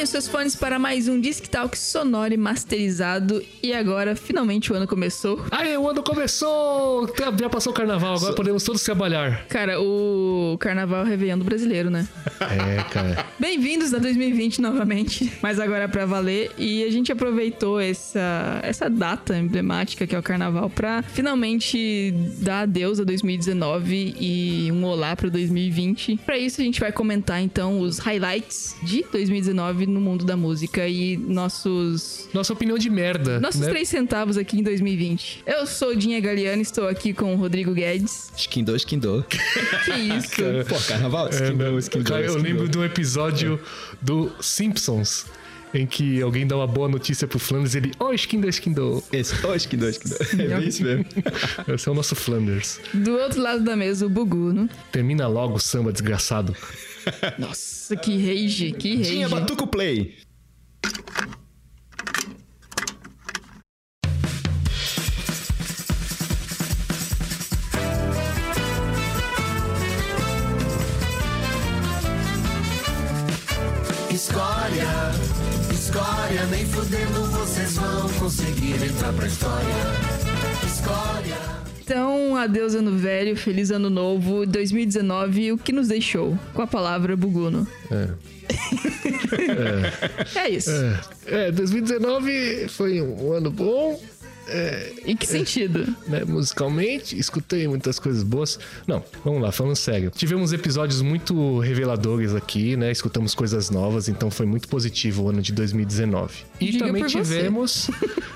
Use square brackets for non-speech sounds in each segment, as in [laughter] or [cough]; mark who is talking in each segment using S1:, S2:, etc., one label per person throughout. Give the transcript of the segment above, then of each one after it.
S1: os seus fones para mais um Disc Talk sonoro e masterizado. E agora, finalmente, o ano começou.
S2: Aí, o ano começou! Tá, Já passou o carnaval, agora podemos todos trabalhar.
S1: Cara, o carnaval reveando brasileiro, né?
S2: É, cara.
S1: Bem-vindos a 2020 novamente, mas agora é pra valer. E a gente aproveitou essa, essa data emblemática que é o carnaval pra finalmente dar adeus a 2019 e um olá pro 2020. Pra isso a gente vai comentar então os highlights de 2019 no mundo da música e nossos
S2: Nossa opinião de merda.
S1: nossos
S2: né?
S1: três centavos aqui em 2020. Eu sou Dinha Galeano, estou aqui com o Rodrigo Guedes.
S3: Esquindou, esquindou. [laughs]
S1: Que isso?
S3: Pô, carnaval,
S2: É,
S3: esquindou,
S2: não,
S3: esquindou.
S2: cara, eu
S3: esquindou.
S2: lembro de um episódio do Simpsons em que alguém dá uma boa notícia pro Flanders e ele, ó, oh, esquindou, [laughs] esquindou.
S3: Esse, oh, esquindou, esquindou. É bem isso mesmo.
S2: Esse é o nosso Flanders.
S1: Do outro lado da mesa, o né? Buguno.
S2: Termina logo o samba, desgraçado.
S1: Nossa, que rage, que rage.
S3: Tinha Batuco Play.
S4: Escória, escória, nem fudendo vocês vão conseguir entrar pra história. Escória.
S1: Então, adeus ano velho, feliz ano novo, 2019, o que nos deixou? Com a palavra Buguno. [laughs] É. isso.
S2: É, 2019 foi um ano bom,
S1: Em que sentido?
S2: né, musicalmente, escutei muitas coisas boas. Não, vamos lá, falando sério. Tivemos episódios muito reveladores aqui, né? Escutamos coisas novas, então foi muito positivo o ano de 2019. E
S1: Diga
S2: também
S1: por você. [laughs]
S2: tivemos.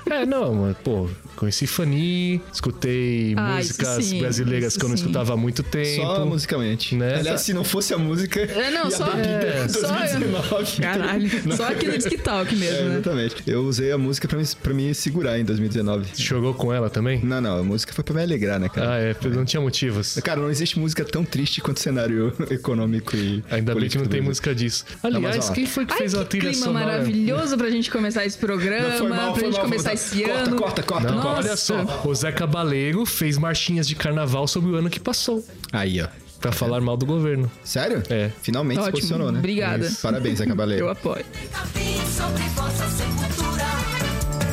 S2: é, não, mas, pô, conheci Fanny, escutei
S1: Ah, isso
S2: músicas
S1: sim,
S2: brasileiras
S1: isso
S2: que eu não
S1: sim.
S2: escutava há muito tempo.
S3: Só musicalmente.
S2: Né?
S3: Aliás, se não fosse a música.
S1: É, não,
S3: e
S1: só-
S3: A bebida,
S2: é,
S1: só eu.
S3: 2019.
S1: Caralho, só aqui no Disque Talk
S3: É,
S1: mesmo, né?
S3: exatamente. Eu usei a música pra me, pra me segurar em 2019.
S2: Chorou com ela também?
S3: Não, não, a música foi pra me alegrar, né, cara?
S2: Ah, é, não tinha motivos.
S3: Cara, não existe música tão triste quanto o cenário [laughs] econômico e.
S2: Ainda bem que
S3: político
S2: não
S3: do
S2: tem
S3: Brasil.
S2: música disso.
S3: mas,
S2: Aliás,
S3: ó,
S2: quem foi que
S1: Ai,
S2: fez a
S1: que
S2: trilha
S1: clima
S2: sonora?
S1: maravilhoso pra gente começar esse programa,
S3: Não, foi mal,
S1: pra
S3: foi
S1: gente
S3: mal,
S1: começar
S3: vou
S1: esse
S3: botar.
S1: ano.
S3: Corta, corta, corta.
S2: Não,
S1: Nossa.
S2: olha só, o Zé Cabaleiro fez marchinhas de carnaval sobre o ano que passou,
S3: Aí, ó.
S2: Pra falar mal do governo.
S3: Sério?
S2: É.
S3: Finalmente se
S1: Ótimo,
S3: posicionou, né?
S1: obrigada.
S3: Isso. Parabéns, Zé Cabaleiro.
S1: Eu apoio.
S4: Capim sobre vossa sepultura.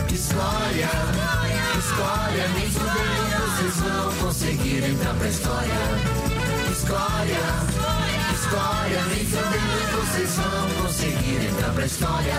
S4: Escória, escória, nem fudendo vocês vão conseguir entrar pra história. Escória, escória, nem fudendo vocês vão conseguir entrar pra história.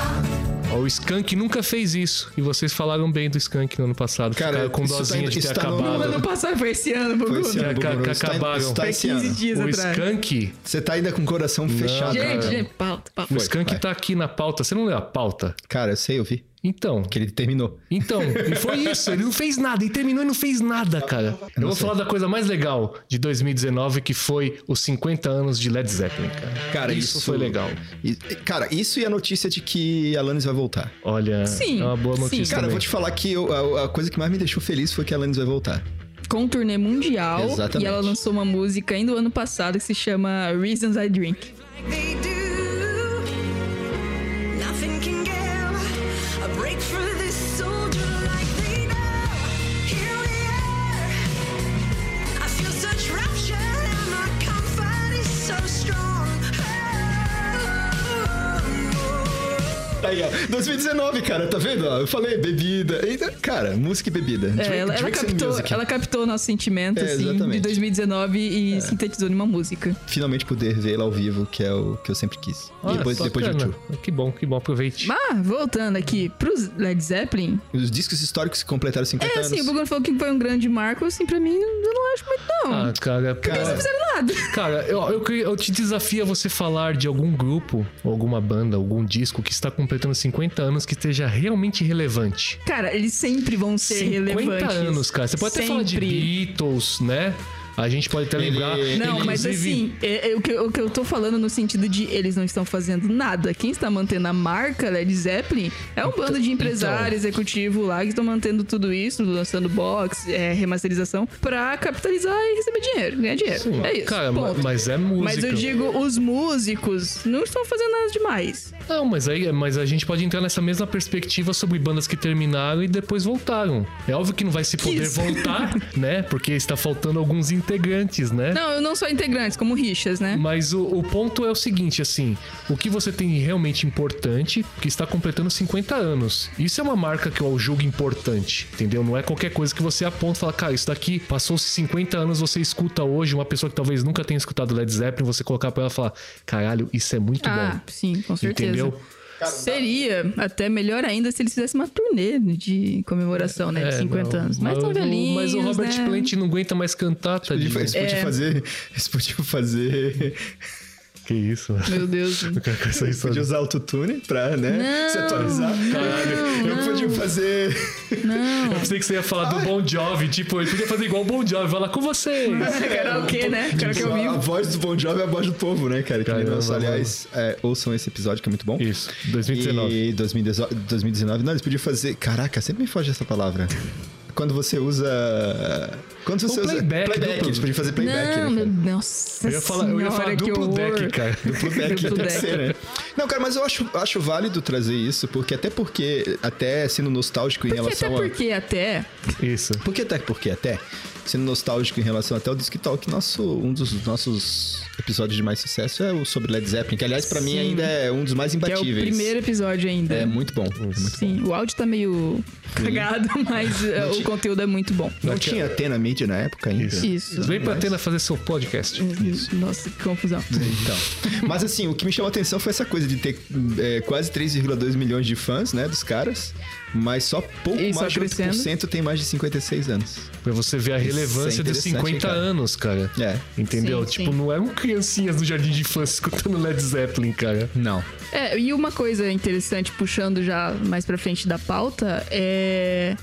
S2: Ó, O Skank nunca fez isso. E vocês falaram bem do Skank no ano passado.
S3: Cara,
S2: Ficaram com
S3: isso tá
S2: dozinha
S3: indo-
S2: de ter
S3: isso tá no-
S1: O
S2: acabado.
S1: ano passado foi esse ano, né? Buguno.
S3: Foi esse ano,
S2: É, ca-
S3: Bubu,
S2: ca-
S3: isso tá-
S2: acabaram.
S3: isso tá
S2: Foi
S3: esse
S1: 15
S3: ano.
S1: dias
S2: O
S1: atrás.
S2: Skank.
S3: Você tá ainda com o coração fechado.
S1: Gente,
S3: cara.
S1: gente, pauta, pauta.
S2: O
S3: Foi,
S2: Skank
S3: vai.
S2: tá aqui na pauta. Você não leu a pauta?
S3: Cara, eu sei, eu vi.
S2: Então.
S3: Que ele terminou.
S2: Então, e foi isso. Ele não fez nada. E terminou e não fez nada, cara. Eu vou
S3: sei.
S2: falar da coisa mais legal de 2019, que foi os 50 anos de Led Zeppelin, cara.
S3: Cara,
S2: isso,
S3: isso,
S2: foi legal.
S3: E- cara, isso e a notícia de que Alanis vai voltar.
S2: Olha,
S1: Sim,
S2: é uma boa
S1: sim.
S2: notícia.
S3: Cara,
S2: também.
S3: eu vou te falar que eu- a, a coisa que mais me deixou feliz foi que a Alanis vai voltar.
S1: Com um turnê mundial. E
S3: Exatamente.
S1: ela lançou uma música ainda do ano passado que se chama Reasons I Drink.
S5: they do. Nothing can give a break for this soldier like they do. Here we are. I feel such rapture, and my comfort is so strong. Oh.
S3: Aí, ó. 2019, cara, tá vendo? Ó, Eu falei bebida. Eita, cara, música e bebida.
S1: É,
S3: Drink-
S1: ela, ela
S3: drinks and
S1: captou,
S3: music.
S1: ela captou nosso sentimento,
S3: É,
S1: assim, de
S3: exatamente.
S1: 2019 e
S2: É.
S1: sintetizou numa música.
S3: Finalmente poder vê-la ao vivo, que é o que eu sempre quis.
S2: Olha,
S3: depois depois de um
S2: bacana.
S3: YouTube.
S2: Que bom, que bom. Aproveite.
S1: Mas, voltando aqui pros Led Zeppelin,
S3: Os discos históricos que completaram 50
S1: é
S3: anos.
S1: assim, o Bugon falou que foi um grande marco, assim, pra mim, eu não acho muito, não.
S2: Ah, cara, cara,
S1: Eles não fizeram nada. [laughs]
S2: cara, eu, eu, queria- eu te desafio a você falar de algum grupo, ou alguma banda, algum disco que está completando 50 anos que esteja realmente relevante.
S1: Cara, eles sempre vão ser
S2: 50
S1: relevantes.
S2: anos, cara. Você pode até falar de
S1: Sempre.
S2: Beatles, né? A gente pode até
S3: Ele-
S2: lembrar.
S1: Não, mas assim, é- é o, que, eu- o que eu tô falando no sentido de eles não estão fazendo nada. Quem está mantendo a marca Led Zeppelin é um bando
S2: Então.
S1: de empresário executivo lá que estão mantendo tudo isso, lançando box, é, remasterização, pra capitalizar e receber dinheiro, ganhar dinheiro.
S2: Sim.
S1: é isso.
S2: Cara, ma-
S1: ponto.
S2: mas é música.
S1: Mas eu digo, os músicos não estão fazendo nada demais.
S2: Não, mas aí mas a gente pode entrar nessa mesma perspectiva sobre bandas que terminaram e depois voltaram. É óbvio que não vai se poder
S1: Isso.
S2: voltar, né? Porque está faltando alguns integrantes, né?
S1: Não, eu não sou integrantes, como rixas, né?
S2: Mas o, o ponto é o seguinte, assim, o que você tem realmente importante, que está completando 50 anos. Isso é uma marca que eu julgo importante, entendeu? Não é qualquer coisa que você aponta e fala, cara, isso daqui passou-se 50 anos, você escuta hoje, uma pessoa que talvez nunca tenha escutado Led Zeppelin, você colocar pra ela e falar, caralho, isso é muito
S1: ah, sim, com
S2: bom.
S1: certeza.
S2: Entendeu?
S1: Seria até melhor ainda se eles fizessem uma turnê de comemoração, né? De
S2: É,
S1: 50
S2: não,
S1: anos. Mas tão
S2: o-
S1: velhinhos,
S2: Mas o Robert
S1: né?
S2: Plant não aguenta mais cantar, tadinho.
S3: Eles podiam fazer. [laughs] Eles podiam fazer.
S2: Que
S1: [laughs]
S2: isso, mano.
S1: Meu Deus.
S2: Isso aí só-
S3: Podia usar autotune pra, né?
S1: Não,
S3: se atualizar. Caralho, eu podia fazer.
S2: Eu pensei que você ia falar do Bon Jovi, tipo, ele podia fazer igual o Bon Jovi, falar com você.
S1: [laughs] Karaokê, né? Karaokê ao
S3: a
S1: vivo.
S3: voz do Bon Jovi é a voz do povo, né, cara? Que nem
S2: Caramba,
S3: nossa, aliás, é, ouçam esse episódio que é muito bom.
S2: Isso, 2019.
S3: E 2019, 2019, não, eles podiam fazer. Caraca, sempre me foge essa palavra. Quando você usa. Quando você usa.
S2: playback, duplo.
S3: eles podiam fazer playback.
S1: Não,
S3: né,
S1: meu
S3: cara?
S1: Nossa.
S2: Eu ia falar, eu ia
S1: Senhora, que
S2: falar duplo
S1: horror.
S2: deck, cara. Duplo
S3: Pro deck,
S1: Pro
S3: tem que
S1: deck.
S3: ser, né? Não, cara, mas eu acho, acho válido trazer isso, porque até porque, até sendo nostálgico em
S1: Porque até
S3: relação a.
S1: porque até.
S2: Isso.
S3: Porque até porque até, sendo nostálgico em relação até ao Disc Talk, nosso, um dos nossos episódios de mais sucesso é o sobre Led Zeppelin, que aliás pra mim
S1: Sim.
S3: ainda é um dos mais
S1: Que é o
S3: imbatíveis.
S1: primeiro né? episódio ainda.
S3: É muito bom. é muito bom.
S1: Sim, o áudio tá meio cagado, [laughs] mas eh, o conteúdo é muito bom.
S3: Não
S2: Daqui-
S3: tinha Atena Media na época ainda.
S2: Isso.
S1: Isso.
S2: Vem pra Atena fazer seu podcast.
S1: Nossa, que confusão.
S3: Então. Mas assim, o que me chamou a atenção foi essa coisa de ter é, quase 3,2 milhões de fãs, né, dos caras, mas só pouco
S1: E só
S3: mais de
S1: crescendo.
S3: 8% tem mais de 56 anos.
S2: Pra você ver a relevância dos
S3: é interessante,
S2: 50
S3: cara.
S2: anos, cara.
S3: É.
S2: Entendeu?
S1: Sim,
S2: tipo,
S1: sim.
S2: não eram criancinhas no jardim de infância escutando Led Zeppelin, cara.
S3: Não.
S1: É, e uma coisa interessante, puxando já mais pra frente da pauta, é.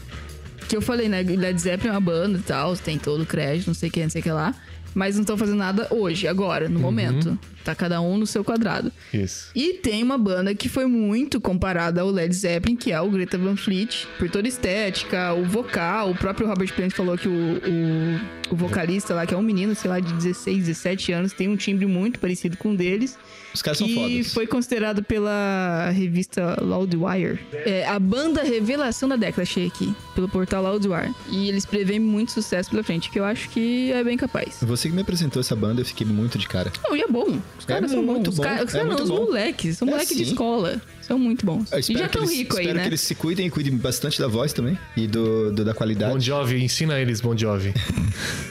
S1: Que eu falei, né? Led Zeppelin é uma banda e tal, tem todo o crédito, não sei o que, não sei o que lá. Mas não estão fazendo nada hoje, agora, no momento. Tá cada um no seu quadrado.
S2: Isso.
S1: E tem uma banda que foi muito comparada ao Led Zeppelin, que é o Greta Van Fleet, por toda a estética, o vocal. O próprio Robert Plant falou que o, o, o vocalista lá, que é um menino, sei lá, de 16, 17 anos, tem um timbre muito parecido com o deles.
S3: Os caras são
S1: Que
S3: fodas.
S1: foi considerado pela revista Loudwire é, a banda revelação da década, achei aqui, pelo portal Loudwire. E eles preveem muito sucesso pela frente, que eu acho que é bem capaz.
S3: Você que me apresentou essa banda, eu fiquei muito de cara.
S1: Não, e é bom. Os caras são bons.
S3: muito
S1: Os
S3: bom,
S1: caras, os,
S3: é
S1: caras
S3: muito
S1: não, os
S3: bom.
S1: moleques. São
S3: É
S1: moleque de
S3: sim.
S1: escola. São muito bons.
S3: Eu
S1: E
S3: É, espero
S1: já
S3: que
S1: tão
S3: eles-
S1: rico aí,
S3: espero
S1: né?
S3: que eles se cuidem e cuidem bastante da voz também. E do, do- da qualidade.
S2: Bon Jovi, ensina eles, Bon Jovi.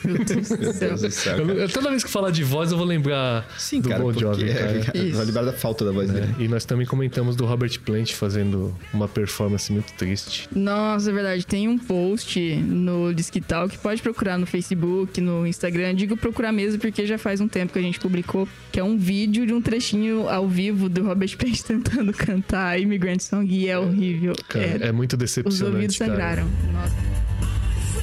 S1: Meu Deus do [laughs] céu.
S3: Deus do céu,
S2: Eu-
S3: cara.
S2: eu- toda vez que falar de voz, eu vou lembrar
S3: Sim,
S2: do
S3: cara,
S2: Bon
S3: porque
S2: Jovi, cara.
S3: é,
S1: Isso.
S3: vai lembrar da falta da voz
S1: É.
S3: dele.
S2: E nós também comentamos do Robert Plant fazendo uma performance muito triste.
S1: Nossa, é verdade. Tem um post no Disquital que pode procurar no Facebook, no Instagram. Digo procurar mesmo, porque já faz um tempo que a gente publicou, que é um vídeo de um trechinho ao vivo do Robert [laughs] Plant tentando cantar Immigrant Song e é horrível.
S2: Cara, é,
S1: é,
S2: muito
S1: os
S2: decepcionante.
S1: ouvidos
S2: cara.
S1: sangraram. Nossa.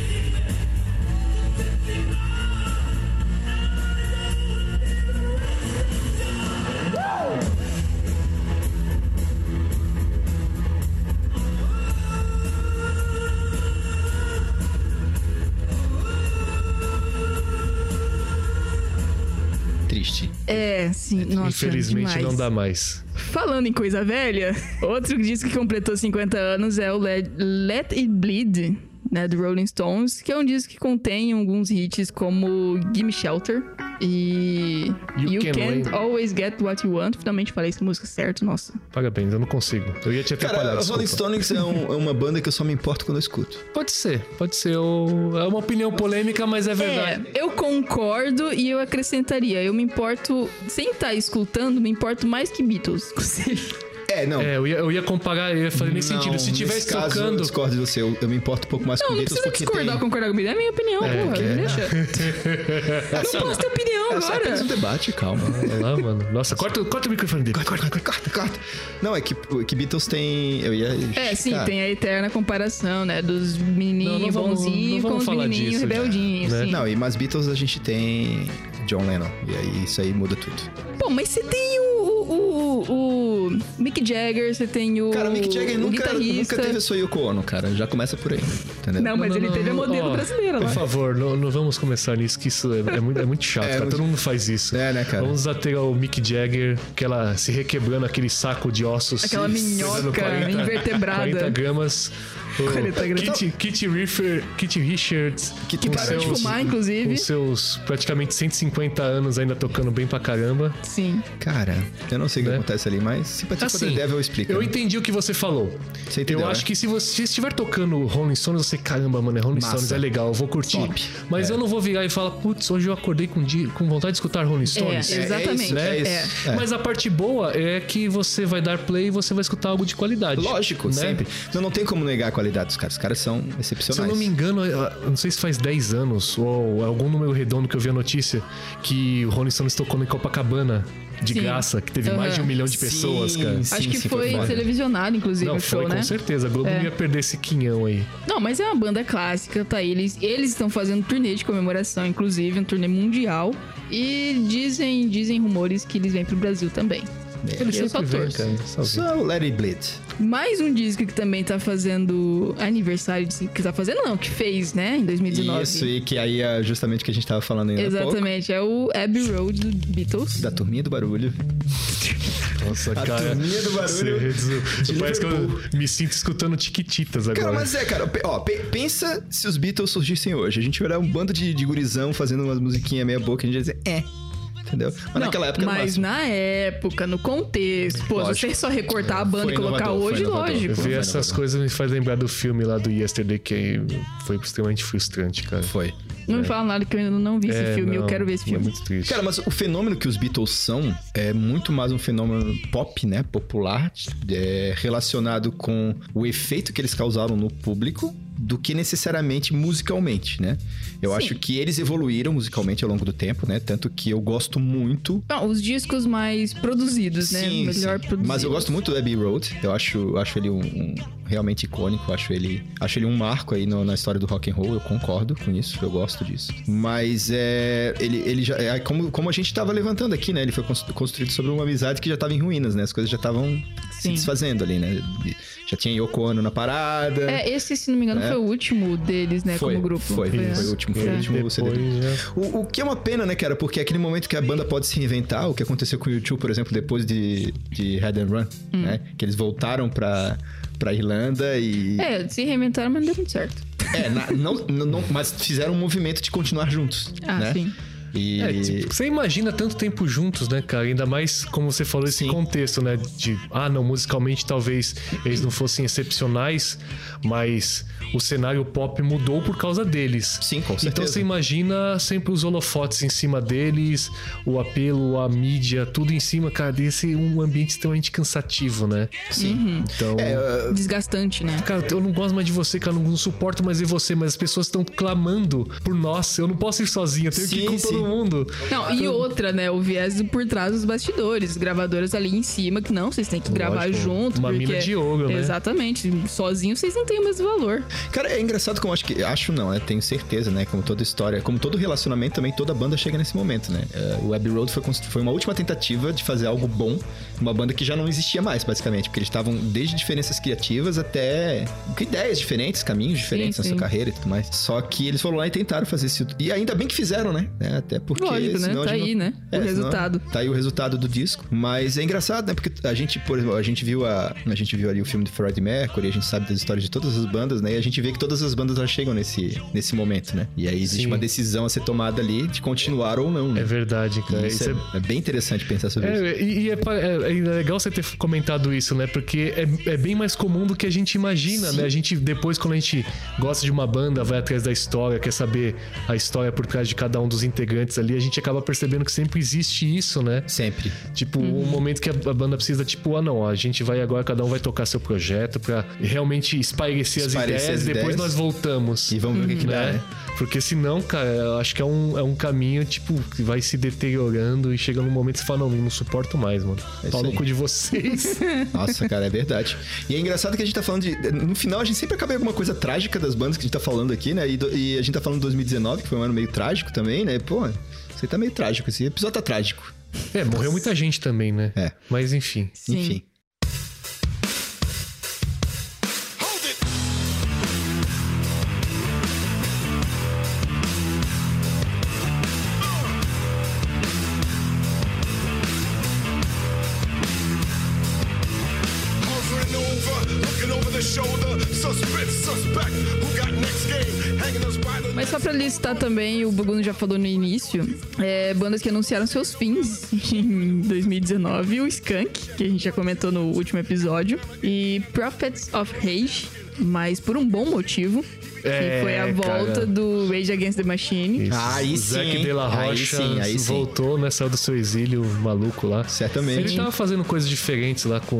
S3: Triste.
S1: É, sim. Nossa,
S2: Infelizmente
S1: demais.
S2: não dá mais.
S1: Falando em coisa velha, [laughs] outro disco que completou 50 anos é o Let, Let It Bleed, né, do Rolling Stones, que é um disco que contém alguns hits como Gimme Shelter e
S2: You
S1: You,
S2: Can
S1: Can't
S2: Wait.
S1: Always Get What You Want. Finalmente falei essa música certo, nossa.
S2: Parabéns, eu não consigo. Eu ia te atrapalhar.
S3: Cara, os
S2: desculpa.
S3: Rolling Stones é, um- é uma banda que eu só me importo quando eu escuto.
S2: Pode ser, pode ser. Eu- É uma opinião polêmica, mas é
S1: É,
S2: verdade.
S1: eu concordo e eu acrescentaria, eu me importo, sem estar escutando, me importo mais que Beatles, inclusive.
S3: É, não.
S2: É, eu, ia, eu ia comparar, eu ia fazer nesse
S3: Não,
S2: sentido. Se
S3: nesse
S2: tivesse
S3: caso, Eu
S2: tocando.
S3: discordo de você, eu, eu me importo um pouco mais
S1: Não,
S3: com
S1: não
S3: Beatles
S1: precisa
S3: porque
S1: discordar ou
S3: tem...
S1: concordar comigo, é minha opinião, porra,
S2: porque-
S1: me deixa.
S3: [laughs]
S1: Não posso ter opinião
S3: É só
S1: agora.
S3: apenas um debate, calma.
S1: [laughs]
S2: Olha lá, mano. Nossa, corta, corta o microfone dele.
S3: corta, corta, corta, corta. Não, é que, que Beatles tem... Eu ia...
S1: É, sim,
S3: Cara,
S1: tem a eterna comparação, né? Dos menininhos
S2: Não, não vamos- não
S1: bonzinhos
S2: vamos
S1: com os
S2: falar
S1: menininhos
S2: disso,
S1: rebeldinhos,
S2: né?
S1: sim.
S3: Não, e mas Beatles a gente tem John Lennon. E aí isso aí muda tudo.
S1: Pô, mas você tem o, o, o, o Mick Jagger, você tem o.
S3: Cara, o Mick Jagger
S1: o
S3: nunca,
S1: Tipo, guitarrista.
S3: nunca teve a sua Yoko Ono, cara. Já começa por aí, entendeu?
S1: Não, mas ele teve a modelo né?
S2: ó,
S1: brasileira
S2: Por
S1: lá.
S2: favor, não, não vamos começar nisso, que isso é, é muito, é muito chato,
S3: É,
S2: cara.
S3: muito-
S2: Todo mundo faz isso.
S3: É, né, cara?
S2: Vamos até o Mick Jagger, que ela se requebrando aquele saco de ossos.
S1: Aquela
S2: pesando
S1: minhoca invertebrada.
S2: 40 gramas. O
S1: 40 gramas.
S2: Kitty, Kitty, Riffer- Kitty Richards.
S3: Que
S2: com
S3: parou
S1: Parou de
S2: seus-
S1: fumar,
S2: Com
S1: inclusive.
S2: seus praticamente 150 anos ainda tocando bem pra caramba.
S1: Sim.
S3: Cara, eu não sei o que
S2: Né?
S3: acontece ali, mas se partir
S2: Assim,
S3: The Devil explica.
S2: eu
S3: né?
S2: entendi o que você falou.
S3: Você entendeu,
S2: eu
S3: né?
S2: acho que se você estiver tocando Rolling Stones, você, caramba, mano, é Rolling
S3: Massa.
S2: Stones, é legal, eu vou curtir.
S3: Top. É.
S2: Mas eu não vou virar e falar, putz, hoje eu acordei com, di- com vontade de escutar Rolling Stones.
S1: É, exatamente.
S3: é isso,
S1: É.
S3: é.
S2: Mas a parte boa é que você vai dar play e você vai escutar algo de qualidade.
S3: Lógico,
S2: né?
S3: sempre. Então não tem como negar a qualidade dos caras. Os caras são
S2: Se eu
S3: excepcionais.
S2: não me engano, eu não sei se faz 10 anos ou algum número redondo que eu vi a notícia que o Rolling Stones tocou em Copacabana de
S1: Sim.
S2: graça, que teve mais de um
S1: Aham.
S2: milhão de pessoas,
S3: Sim,
S2: cara.
S3: sim,
S1: Acho que
S3: sim,
S1: foi
S3: foda.
S1: televisionado, inclusive,
S2: Não,
S1: o show,
S2: foi com
S1: né?
S2: certeza. A Globo
S1: É.
S2: não ia perder esse quinhão aí.
S1: Não, mas é uma banda clássica, tá? Eles eles estão fazendo turnê de comemoração, inclusive, um turnê mundial. E dizem, dizem rumores que eles vêm pro Brasil também.
S3: É.
S2: Eles
S1: Eu só
S2: sempre vêm,
S1: torço.
S2: cara. Só vêm.
S3: Só o Let It Bleed.
S1: Mais um disco que também tá fazendo aniversário, de- que tá fazendo não, que fez, né, em 2019.
S3: Isso, e que aí é justamente o que a gente tava falando ainda há pouco,
S1: Exatamente, é o Abbey Road do Beatles.
S3: Da turminha do barulho.
S2: Nossa,
S3: A
S2: cara.
S3: turminha do barulho
S2: Você-
S3: é de
S2: você- Parece que eu me sinto escutando Tiquititas agora.
S3: Cara, mas é, cara, pe- ó, pe- pensa se os Beatles surgissem hoje. A gente ia olhar um bando de, de gurizão fazendo umas musiquinhas meia boca, a gente ia dizer, é. Entendeu? Mas
S1: Não,
S3: naquela época
S1: Mas
S3: não.
S1: na época, no contexto, pô,
S3: Lógico.
S1: você só recortar a banda
S3: Foi
S1: e colocar
S3: inovador, foi
S1: hoje,
S3: inovador.
S1: lógico.
S2: Ver
S3: Não,
S2: essas
S3: não, não.
S2: coisas me faz lembrar do filme lá do Yesterday, que foi extremamente frustrante, cara.
S3: Foi.
S1: Não me fala nada que eu ainda não vi esse
S2: É,
S1: filme, eu
S2: não,
S1: quero ver esse
S2: É
S1: filme.
S2: muito triste.
S3: Cara, mas o fenômeno que os Beatles são é muito mais um fenômeno pop, né? Popular, é, relacionado com o efeito que eles causaram no público do que necessariamente musicalmente, né? Eu
S1: Sim.
S3: acho que eles evoluíram musicalmente ao longo do tempo, né? Tanto que eu gosto muito
S1: Não, os discos mais produzidos, né? Melhor produzido.
S3: Mas eu gosto muito do Abbey Road. Eu acho, acho ele um, um- realmente icônico. Acho ele, acho ele um marco aí no- na história do rock and roll. Eu concordo com isso. Eu gosto disso. Mas é, ele, ele já, é como, como a gente tava levantando aqui, né? Ele foi cons- construído sobre uma amizade que já tava em ruínas, né? As coisas já estavam se
S1: Sim.
S3: desfazendo ali, né? Já tinha Yoko Ono na parada.
S1: É, esse, se não me engano,
S3: É.
S1: foi o último deles, né?
S3: Foi,
S1: como grupo.
S3: foi,
S1: né?
S3: foi o último, foi o
S1: É.
S3: último
S2: Depois,
S3: CD dele.
S2: né?
S3: O, o que é uma pena, né, cara? Porque é aquele momento que a banda pode se reinventar, o que aconteceu com o YouTube, por exemplo, depois de, de Head and Run, né? Que eles voltaram pra, pra Irlanda e.
S1: É, se reinventaram, mas não deu muito certo.
S3: É, na- não, não, não- mas fizeram um movimento de continuar juntos.
S1: Ah,
S3: né?
S1: sim.
S3: E.
S2: É, tipo, você imagina tanto tempo juntos, né, cara? Ainda mais, como você falou, esse
S3: Sim.
S2: contexto, né? De, ah, não, musicalmente talvez eles não fossem excepcionais, mas o cenário pop mudou por causa deles.
S3: Sim, com
S2: Então
S3: certeza.
S2: você imagina sempre os holofotes em cima deles, o apelo, a mídia, tudo em cima, cara, desse um ambiente extremamente cansativo, né?
S3: Sim.
S2: Então.
S1: Desgastante, né?
S2: Cara, eu não gosto mais de você, cara, eu não suporto mais ver você, mas as pessoas estão clamando por nós. Eu não posso ir sozinho, eu tenho que ir
S3: Sim,
S2: com todo
S3: sim.
S2: mundo.
S1: Não, e outra, né? O viés do por trás dos bastidores, gravadoras ali em cima, que não, vocês têm que gravar
S2: Lógico,
S1: junto.
S2: uma
S1: porque...
S2: mina de ouro, né?
S1: Exatamente. Sozinho vocês não têm o mesmo valor.
S3: Cara, é engraçado como eu acho que. Acho não, né? Tenho certeza, né? Como toda história, como todo relacionamento, também toda banda chega nesse momento, né? É, o Abbey Road foi, constru- foi uma última tentativa de fazer algo bom, uma banda que já não existia mais, basicamente. Porque eles estavam desde diferenças criativas até ideias diferentes, caminhos diferentes na
S1: sim.
S3: sua carreira e tudo mais. Só que eles foram lá e tentaram fazer isso. E ainda bem que fizeram, né? É, até porque.
S1: Lógico, né?
S3: senão a
S1: Tá
S3: gente
S1: aí, né? O
S3: senão-
S1: resultado.
S3: Tá aí o resultado do disco. Mas é engraçado, né? Porque a gente, por exemplo, a gente viu a. A gente viu ali o filme do Freud Mercury, a gente sabe das histórias de todas as bandas, né? E a gente vê que todas as bandas já chegam nesse, nesse momento, né? E aí existe
S2: Sim.
S3: uma decisão a ser tomada ali de continuar ou não. né?
S2: É verdade, cara.
S3: E
S2: Isso
S3: Isso
S2: é-
S3: é, é bem interessante pensar sobre isso.
S2: É, e e é, pa- é- é legal você ter comentado isso, né? Porque é, é bem mais comum do que a gente imagina, né? A gente, depois, quando a gente gosta de uma banda, vai atrás da história, quer saber a história por trás de cada um dos integrantes ali, a gente acaba percebendo que sempre existe isso, né?
S3: Sempre.
S2: Tipo,
S3: Uhum.
S2: um momento que a a banda precisa, tipo, ah não, a gente vai agora, cada um vai tocar seu projeto pra realmente espairecer as
S3: Espairecer
S2: ideias
S3: as
S2: e depois
S3: ideias.
S2: nós voltamos.
S3: E vamos ver o que que dá,
S2: né?
S3: né?
S2: Porque senão, cara, eu acho que é um, é um caminho, tipo, que vai se deteriorando e chega num momento que você fala, não, não suporto mais, mano.
S3: É isso
S2: Pau no
S3: aí.
S2: cu de
S3: [laughs]
S2: vocês.
S3: Nossa, cara, é verdade. E é engraçado que a gente tá falando de. No final, a gente sempre acaba em alguma coisa trágica das bandas que a gente tá falando aqui, né? E, do- e a gente tá falando de 2019, que foi um ano meio trágico também, né? Pô, você tá meio trágico. Esse episódio tá trágico.
S2: é, morreu muita gente também, né?
S3: É.
S2: Mas enfim.
S1: Sim.
S3: Enfim.
S6: suspect who got next game hanging us by the
S1: Mas só pra listar também, o Buguno já falou no início, é, bandas que anunciaram seus fins [laughs] em 2019, o Skunk, que a gente já comentou no último episódio, e Prophets of Rage, mas por um bom motivo,
S2: É,
S1: que foi a
S2: cara.
S1: volta do Rage Against the Machine.
S3: Aí sim,
S2: Zac
S3: hein?
S2: de la
S3: Aí
S2: Rocha
S3: sim, aí sim.
S2: voltou, né? Saiu do seu exílio maluco lá.
S3: Certamente.
S2: Ele tava fazendo coisas diferentes lá com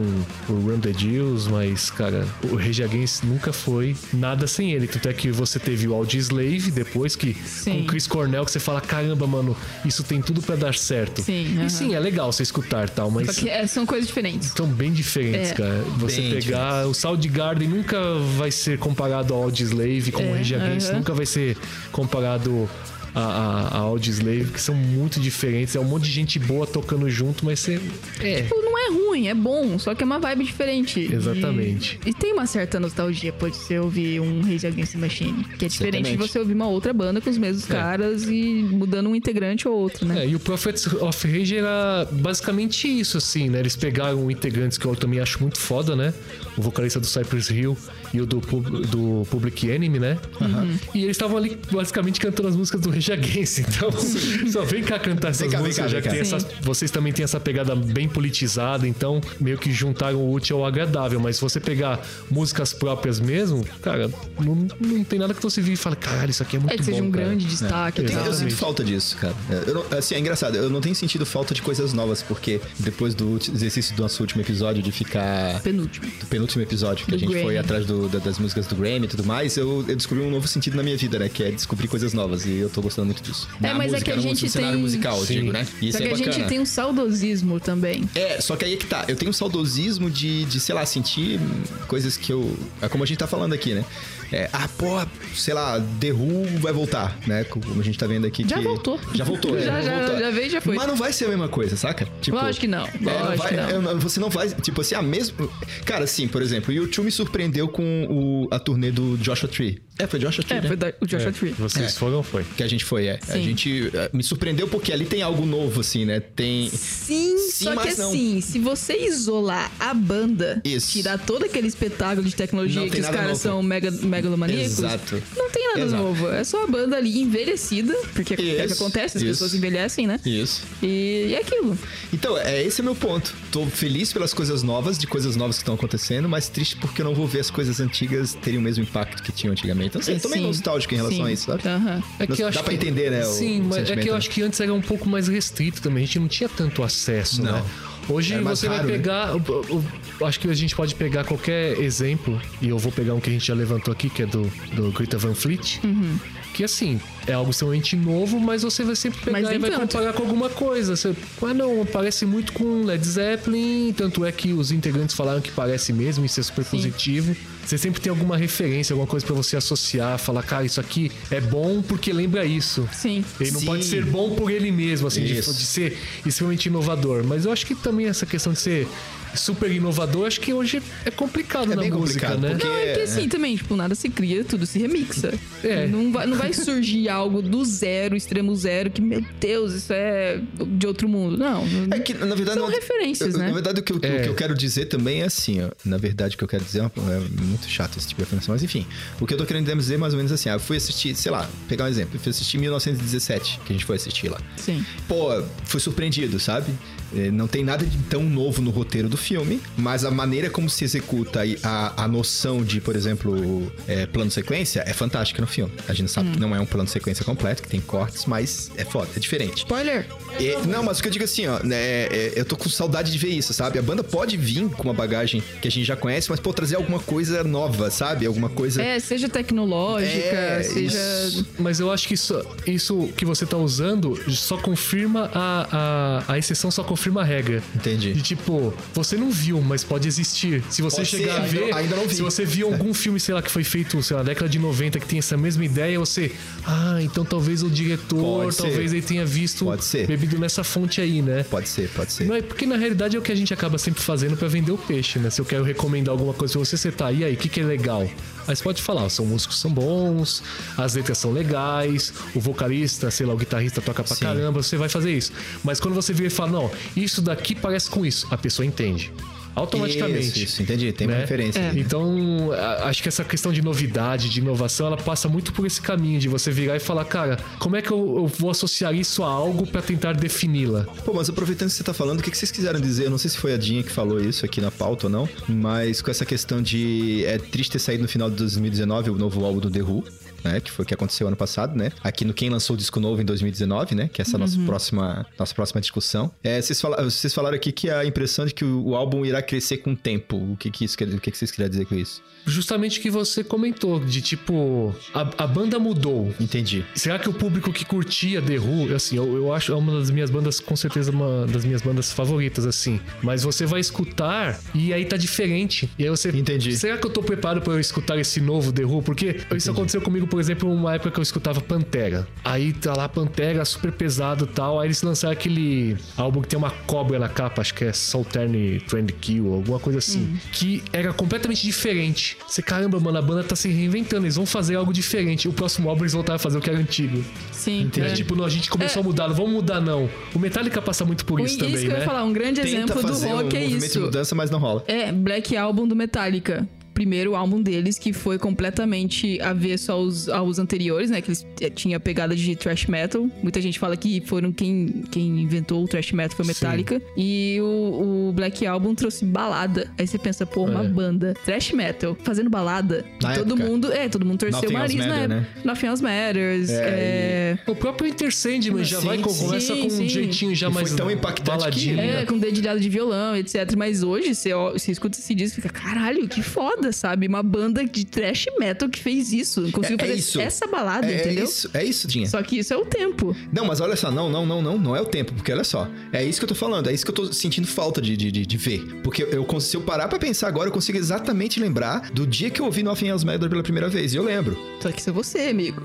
S2: o Run the Deals, mas, cara, o Rage Against nunca foi nada sem ele. Tanto é que você teve o Audi Slave depois que
S1: Sim.
S2: com o Chris Cornell, que você fala: caramba, mano, isso tem tudo pra dar certo.
S1: Sim, aham.
S2: E sim, é legal você escutar tal, mas.
S1: Só que é, são coisas diferentes.
S2: São bem diferentes,
S1: É.
S2: cara. Você
S3: Bem
S2: pegar o Soundgarden nunca vai ser comparado ao Audioslave, como
S1: É,
S2: o Rage Against
S1: aham.
S2: nunca vai ser comparado a, a, a Audioslave, que são muito diferentes. É um monte de gente boa tocando junto, mas você... É.
S1: Tipo, Não é ruim, é bom, só que é uma vibe diferente.
S2: Exatamente.
S1: E, e tem uma certa nostalgia, pode ser ouvir um Rage Against the Machine, que é diferente de
S3: Certamente.
S1: você ouvir uma outra banda com os mesmos caras e mudando um integrante ou outro, né?
S2: É, e o Prophets of Rage era basicamente isso, assim, né? Eles pegaram integrantes que eu também acho muito foda, né? O vocalista do Cypress Hill e o do, Pub- do Public Enemy, né?
S3: Uhum.
S2: E eles estavam ali basicamente cantando as músicas do Rage Against. Então, [laughs] só vem cá cantar essas
S3: cá, vem
S2: músicas, já
S3: cá, vem
S2: que tem
S3: cá.
S2: essa, vocês também têm essa pegada bem politizada, então meio que juntaram o útil ao agradável. Mas se você pegar músicas próprias mesmo, cara, não, não tem nada que você vira e fala, caralho, isso aqui é muito
S1: É
S2: bom.
S1: que seja um
S2: cara."
S1: grande destaque.
S2: É.
S1: e tal.
S3: Eu
S2: Exatamente.
S3: sinto falta disso, cara. É, eu não- assim, é engraçado, eu não tenho sentido falta de coisas novas, porque depois do ulti- exercício do nosso último episódio de ficar.
S1: Penúltimo.
S3: Do penúltimo episódio, que
S1: Do
S3: a gente
S1: Grammy.
S3: foi atrás do- da- das músicas do Grammy e tudo mais, eu, eu descobri um novo sentido na minha vida, né? Que é descobrir coisas novas. E eu tô gostando muito disso.
S1: É,
S3: Na
S1: mas é que a
S3: no-
S1: gente
S3: no cenário
S1: tem-
S3: musical, eu
S2: Sim.
S3: digo, né? E isso
S1: Só que
S3: é
S1: a
S3: bacana.
S1: gente tem um saudosismo também.
S3: É, só que aí é que tá. Eu tenho um saudosismo de, de sei lá, sentir coisas que eu. É como a gente tá falando aqui, né? É, ah, porra, sei lá, The Who vai voltar, né? Como a gente tá vendo aqui.
S1: Já
S3: que-
S1: voltou. [laughs]
S3: Já voltou, né?
S1: Já- já-
S3: voltou.
S1: já veio e já foi.
S3: Mas não vai ser a mesma coisa, saca? Tipo,
S1: Lógico que não,
S3: é,
S1: lógico
S3: vai-
S1: que não.
S3: é, não- você não vai. Tipo assim, a mesma. Cara, assim, por exemplo, o YouTube me surpreendeu com o- a turnê do Joshua Tree. É, foi Joshua Tree.
S1: É,
S3: né?
S1: foi da- o Joshua Tree.
S2: Vocês
S3: É.
S2: foram, foi.
S3: Que a gente foi, é. A
S1: Sim.
S3: gente. é, Me surpreendeu porque ali tem algo novo, assim, né? Tem.
S1: Sim,
S3: Sim,
S1: só que
S3: mas não.
S1: assim, se você isolar a banda,
S3: Isso.
S1: tirar todo aquele espetáculo de tecnologia
S3: Não
S1: que
S3: tem
S1: os
S3: nada
S1: caras
S3: novo.
S1: são mega, megalomaníacos,
S3: Exato.
S1: não tem nada
S3: Exato.
S1: novo. É só a banda ali envelhecida, porque é o que
S3: Isso,
S1: acontece, as
S3: isso.
S1: pessoas envelhecem, né?
S3: Isso.
S1: E, e é aquilo.
S3: Então, é esse é meu ponto. Tô feliz pelas coisas novas, de coisas novas que estão acontecendo, mas triste porque eu não vou ver as coisas antigas terem o mesmo impacto que tinham antigamente. Então, assim, eu tô meio
S1: Sim.
S3: nostálgico em relação
S1: Sim.
S3: a isso, sabe?
S1: Aham.
S2: É que eu
S3: Dá
S2: acho
S3: pra
S2: que-
S3: entender, né, o-
S2: Sim,
S3: o
S2: mas é que
S3: sentimento,
S2: eu
S3: né?
S2: acho que antes era um pouco mais restrito também. A gente não tinha tanto acesso,
S3: Não.
S2: né? Hoje
S3: Era mais
S2: você vai
S3: raro, né?
S2: pegar. o- o- o- acho que a gente pode pegar qualquer exemplo, e eu vou pegar um que a gente já levantou aqui, que é do, do Greta Van Fleet.
S1: Uhum.
S2: Que assim, é algo extremamente novo, mas você vai sempre pegar
S1: Mas
S2: e
S1: nem
S2: vai
S1: tanto. né?
S2: comparar com alguma coisa. Você, ah, não, parece muito com Led Zeppelin. Tanto é que os integrantes falaram que parece mesmo, isso é super positivo. Você sempre tem alguma referência, alguma coisa pra você associar, falar, cara, isso aqui é bom porque lembra isso.
S1: Sim.
S2: Ele não
S3: Sim.
S2: pode ser bom por ele mesmo, assim, de, de
S3: Isso.
S2: ser extremamente inovador. Mas eu acho que também essa questão de ser super inovador, acho que hoje é complicado
S3: É
S2: na
S3: bem
S2: música,
S3: complicado,
S2: né?
S3: porque-
S1: Não, é que
S3: É,
S1: assim também, tipo, nada se cria, tudo se remixa.
S2: É.
S1: Não, vai, não vai surgir algo do zero, extremo zero, que, meu Deus, isso é de outro mundo. Não.
S3: É que, na verdade,
S1: São
S3: não-
S1: referências,
S3: eu-
S1: né?
S3: Na verdade, o que, eu, o que eu quero dizer também é assim, ó. Na verdade, o que eu quero dizer é, uma- é muito chato esse tipo de afirmação, mas enfim. O que eu tô querendo dizer é mais ou menos assim, ah, eu fui assistir, sei lá, pegar um exemplo, eu fui assistir 1917, que a gente foi assistir lá.
S1: Sim.
S3: Pô, fui surpreendido, sabe? É, Não tem nada de tão novo no roteiro do filme, mas a maneira como se executa e a, a noção de, por exemplo, é, plano-sequência é fantástica no filme. A gente
S2: Hum.
S3: sabe que não é um plano-sequência completo, que tem cortes, mas é foda, é diferente.
S1: Spoiler.
S3: É, não, mas o que eu digo assim, ó, né, é, eu tô com saudade de ver isso, sabe? A banda pode vir com uma bagagem que a gente já conhece, mas pô, trazer alguma coisa nova, sabe? Alguma coisa.
S1: É, seja tecnológica,
S3: É,
S1: seja.
S3: isso.
S2: Mas eu acho que isso, isso que você tá usando só confirma a, a, a exceção, só confirma a regra.
S3: Entendi.
S2: E tipo, você não viu, mas pode existir. Se você
S3: Pode
S2: chegar
S3: ser,
S2: a
S3: ainda-
S2: ver,
S3: ainda não vi.
S2: se você viu algum filme, sei lá, que foi feito, sei lá, na década de 90, que tem essa mesma ideia, você, ah, então talvez o diretor,
S3: Pode ser.
S2: talvez ele tenha visto,
S3: Pode ser.
S2: bebido nessa fonte aí, né?
S3: Pode ser, pode ser.
S2: Não é porque na realidade é o que a gente acaba sempre fazendo pra vender o peixe, né? Se eu quero recomendar alguma coisa pra você, você tá, e aí, o que, que é legal? Aí você pode falar, ó, são músicos são bons, as letras são legais, o vocalista, sei lá, o guitarrista toca pra
S3: Sim.
S2: caramba, você vai fazer isso. Mas quando você vira e fala, não, isso daqui parece com isso, a pessoa entende. automaticamente.
S3: Isso, isso, entendi. Tem uma
S2: né?
S3: referência. ali, né?
S2: Então, a- acho que essa questão de novidade, de inovação, ela passa muito por esse caminho de você virar e falar, cara, como é que eu, eu vou associar isso a algo pra tentar defini-la?
S3: Pô, mas aproveitando que você tá falando, o que que vocês quiseram dizer? Eu não sei se foi a Dinha que falou isso aqui na pauta ou não, mas com essa questão de é triste ter saído no final de 2019 o novo álbum do The Who, né? Que foi o que aconteceu ano passado, né? Aqui no Quem lançou o disco novo em 2019, né? Que é essa nossa,
S1: Uhum.
S3: próxima, nossa próxima discussão. É, vocês, fala- vocês falaram aqui que a impressão de que o, o álbum irá crescer com o tempo. O que que, isso, quer- o que que vocês queriam dizer com isso?
S2: Justamente o que você comentou, de tipo, a- a banda mudou,
S3: Entendi.
S2: Será que o público que curtia The Who, assim, eu, eu acho é uma das minhas bandas, com certeza, uma das minhas bandas favoritas, assim. Mas você vai escutar e aí tá diferente. E aí você.
S3: Entendi.
S2: Será que eu tô preparado pra eu escutar esse novo The Who? Porque isso aconteceu comigo, por exemplo, uma época que eu escutava Pantera. Aí tá lá Pantera, super pesado e tal. Aí eles lançaram aquele álbum que tem uma cobra na capa, acho que é Solterne Trend Kill, alguma coisa assim. Que era completamente diferente. Você, caramba, mano, a banda tá se reinventando, eles vão fazer algo diferente. O próximo álbum eles voltaram a fazer o que era antigo.
S1: Sim.
S2: É,
S1: É.
S2: tipo, não, a gente começou a mudar, não vamos mudar não. O Metallica passa muito por
S1: O-
S2: isso
S1: isso
S2: também,
S1: que eu
S2: né?
S1: ia falar, um grande exemplo do
S3: fazer
S1: rock
S3: um
S1: é
S3: movimento de
S1: isso.
S3: mudança, mas não rola.
S1: É, Black Album do Metallica. Primeiro álbum deles, que foi completamente avesso aos, aos anteriores, né? Que eles eh, tinham a pegada de thrash metal. Muita gente fala que foram quem, quem inventou o thrash metal foi o Metallica. E o, o Black Album trouxe balada. Aí você pensa, pô, uma
S2: É.
S1: banda thrash metal fazendo balada.
S3: Na
S1: todo
S3: época.
S1: mundo, é, todo mundo torceu o
S3: Nothing Else
S1: nariz na
S3: Matter, né?
S1: época. Nothing Else Matters. É,
S2: O próprio Enter Sandman já
S3: Sim,
S2: vai com,
S3: sim.
S2: começa com
S1: Sim, sim.
S2: um jeitinho já
S3: E foi
S2: mais
S3: tão impactante
S2: baladinho.
S3: que-
S2: né?
S1: É, com dedilhado de violão, etc. Mas hoje, você, ó- você escuta esse disco e fica, caralho, que foda, sabe? Uma banda de thrash metal que fez isso. Conseguiu
S3: É- é
S1: fazer
S3: isso.
S1: essa balada,
S3: É, é
S1: entendeu?
S3: isso, é isso, Dinha.
S1: Só que isso é o tempo.
S3: Não, mas olha só, não, não, não, não, não é o tempo, porque olha só, é isso que eu tô falando, é isso que eu tô sentindo falta de, de, de, de ver. Porque eu, cons- se eu parar pra pensar agora, eu consigo exatamente lembrar do dia que eu ouvi Nothing Else Matter pela primeira vez, e eu lembro.
S1: Só que isso é você, amigo.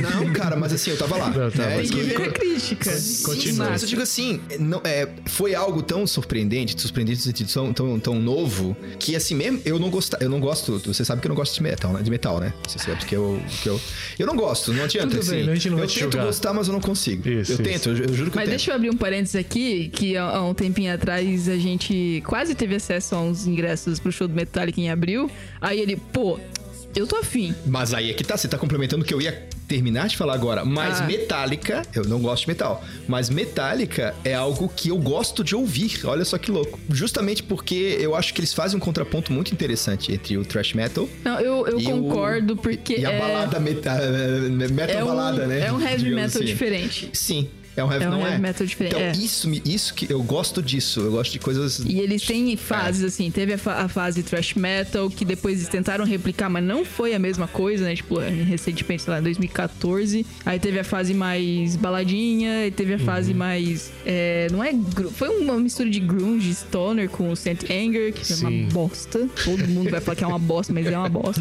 S3: Não, cara, mas assim, eu tava lá.
S2: [laughs] Não, tá,
S3: né?
S2: mas
S1: Tem que
S3: E-
S1: ver a crítica.
S2: Continua.
S3: Mas eu digo assim, não, é, foi algo tão surpreendente, surpreendente no sentido tão, tão, tão novo, que assim mesmo, eu não gosto, eu não gosto, você sabe que eu não gosto de metal, né? De metal, né? Você sabe que eu, que eu, eu não gosto, não adianta,
S2: Tudo
S3: assim.
S2: bem, a gente não
S3: eu
S2: vai te
S3: tento
S2: julgar.
S3: gostar, mas eu não consigo.
S2: Isso,
S3: eu
S2: isso.
S3: tento, eu, ju- eu juro que
S1: Mas
S3: eu tento.
S1: deixa eu abrir um parênteses aqui, que há há um tempinho atrás a gente quase teve acesso a uns ingressos pro show do Metallica em abril. Aí ele, pô, eu tô afim.
S3: Mas aí é que tá, você tá complementando o que eu ia terminar de falar agora. Mas
S1: Ah.
S3: Metallica, eu não gosto de metal, mas Metallica é algo que eu gosto de ouvir. Olha só que louco. Justamente porque eu acho que eles fazem um contraponto muito interessante entre o thrash metal
S1: Não, eu, eu
S3: e o-
S1: concordo, porque
S3: e a
S1: é,
S3: balada meta, metal
S1: é, um,
S3: balada, né?
S1: é um heavy
S3: Digamos
S1: metal
S3: assim.
S1: diferente.
S3: Sim. É um heavy,
S1: É um
S3: não
S1: heavy metal diferente,
S3: Então,
S1: é.
S3: isso, me- isso que eu gosto disso. Eu gosto de coisas.
S1: E eles têm fases, assim. Teve a, fa- a fase thrash metal, que depois eles tentaram replicar, mas não foi a mesma coisa, né? Tipo, recentemente, sei lá, em 2014. Aí teve a fase mais baladinha, e teve a fase mais. é, não é. gru- Foi uma mistura de grunge, stoner com o Saint Anger, que é
S2: Sim.
S1: uma bosta. Todo mundo vai falar que é uma bosta, mas é uma bosta.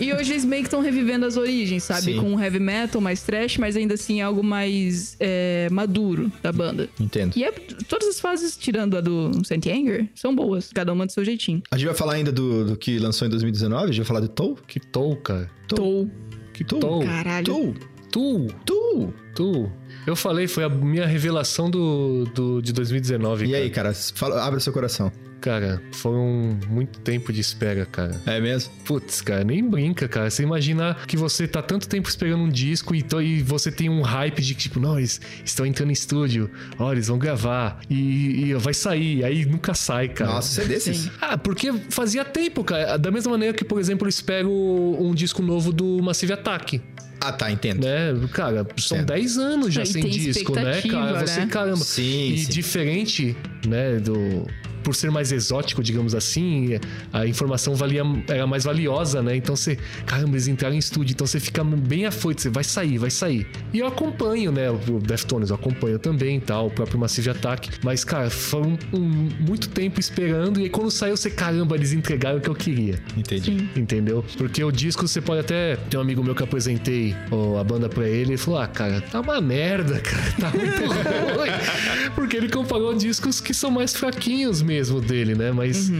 S1: E hoje eles meio que estão revivendo as origens, sabe?
S3: Sim.
S1: Com um heavy metal mais thrash, mas ainda assim algo mais é, maduro da banda.
S3: Entendo.
S1: E é, todas as fases, tirando a do Saint Anger, são boas. Cada uma do seu jeitinho.
S3: A gente vai falar ainda do, do que lançou em 2019? A gente vai falar do Tool?
S2: Que touca.
S1: Tô.
S2: Que touca.
S1: Caralho.
S3: Tool?
S2: Tu,
S3: Tool?
S2: tu. Eu falei, foi a minha revelação do, do, de 2019.
S3: E
S2: cara.
S3: aí, cara? Fala, abre seu coração.
S2: Cara, foram muito tempo de espera, cara.
S3: É mesmo?
S2: Putz, cara, nem brinca, cara. Você imagina que você tá tanto tempo esperando um disco e, to- e você tem um hype de que, tipo, não, eles estão entrando em estúdio, ó, eles vão gravar e, e vai sair, aí nunca sai, cara.
S3: Nossa, você é desses?
S2: Ah, porque fazia tempo, cara. Da mesma maneira que, por exemplo, eu espero um disco novo do Massive Attack,
S3: Ah, tá, entendo.
S2: né? Cara, são
S3: Certo.
S2: 10 anos já
S1: E
S2: sem
S1: tem
S2: disco, né, cara?
S1: expectativa,
S2: Você,
S1: né?
S2: caramba.
S3: Sim,
S2: e
S3: sim.
S2: diferente, né, do... Por ser mais exótico, digamos assim, a informação valia, era mais valiosa, né? Então você... Caramba, eles entraram em estúdio, então você fica bem afoito, você vai sair, vai sair. E eu acompanho, né, o Deftones, eu acompanho também e tal, o próprio Massive Attack. Mas, cara, foram um- muito tempo esperando e aí quando saiu você... Caramba, eles entregaram o que eu queria.
S3: Entendi.
S2: Entendeu? Porque o disco você pode até. Tem um amigo meu que eu apresentei ó, a banda pra ele e falou: Ah, cara, tá uma merda, [laughs] cara, tá muito
S1: Uhum.
S2: ruim. Porque ele comparou discos que são mais fraquinhos mesmo dele, né? Mas.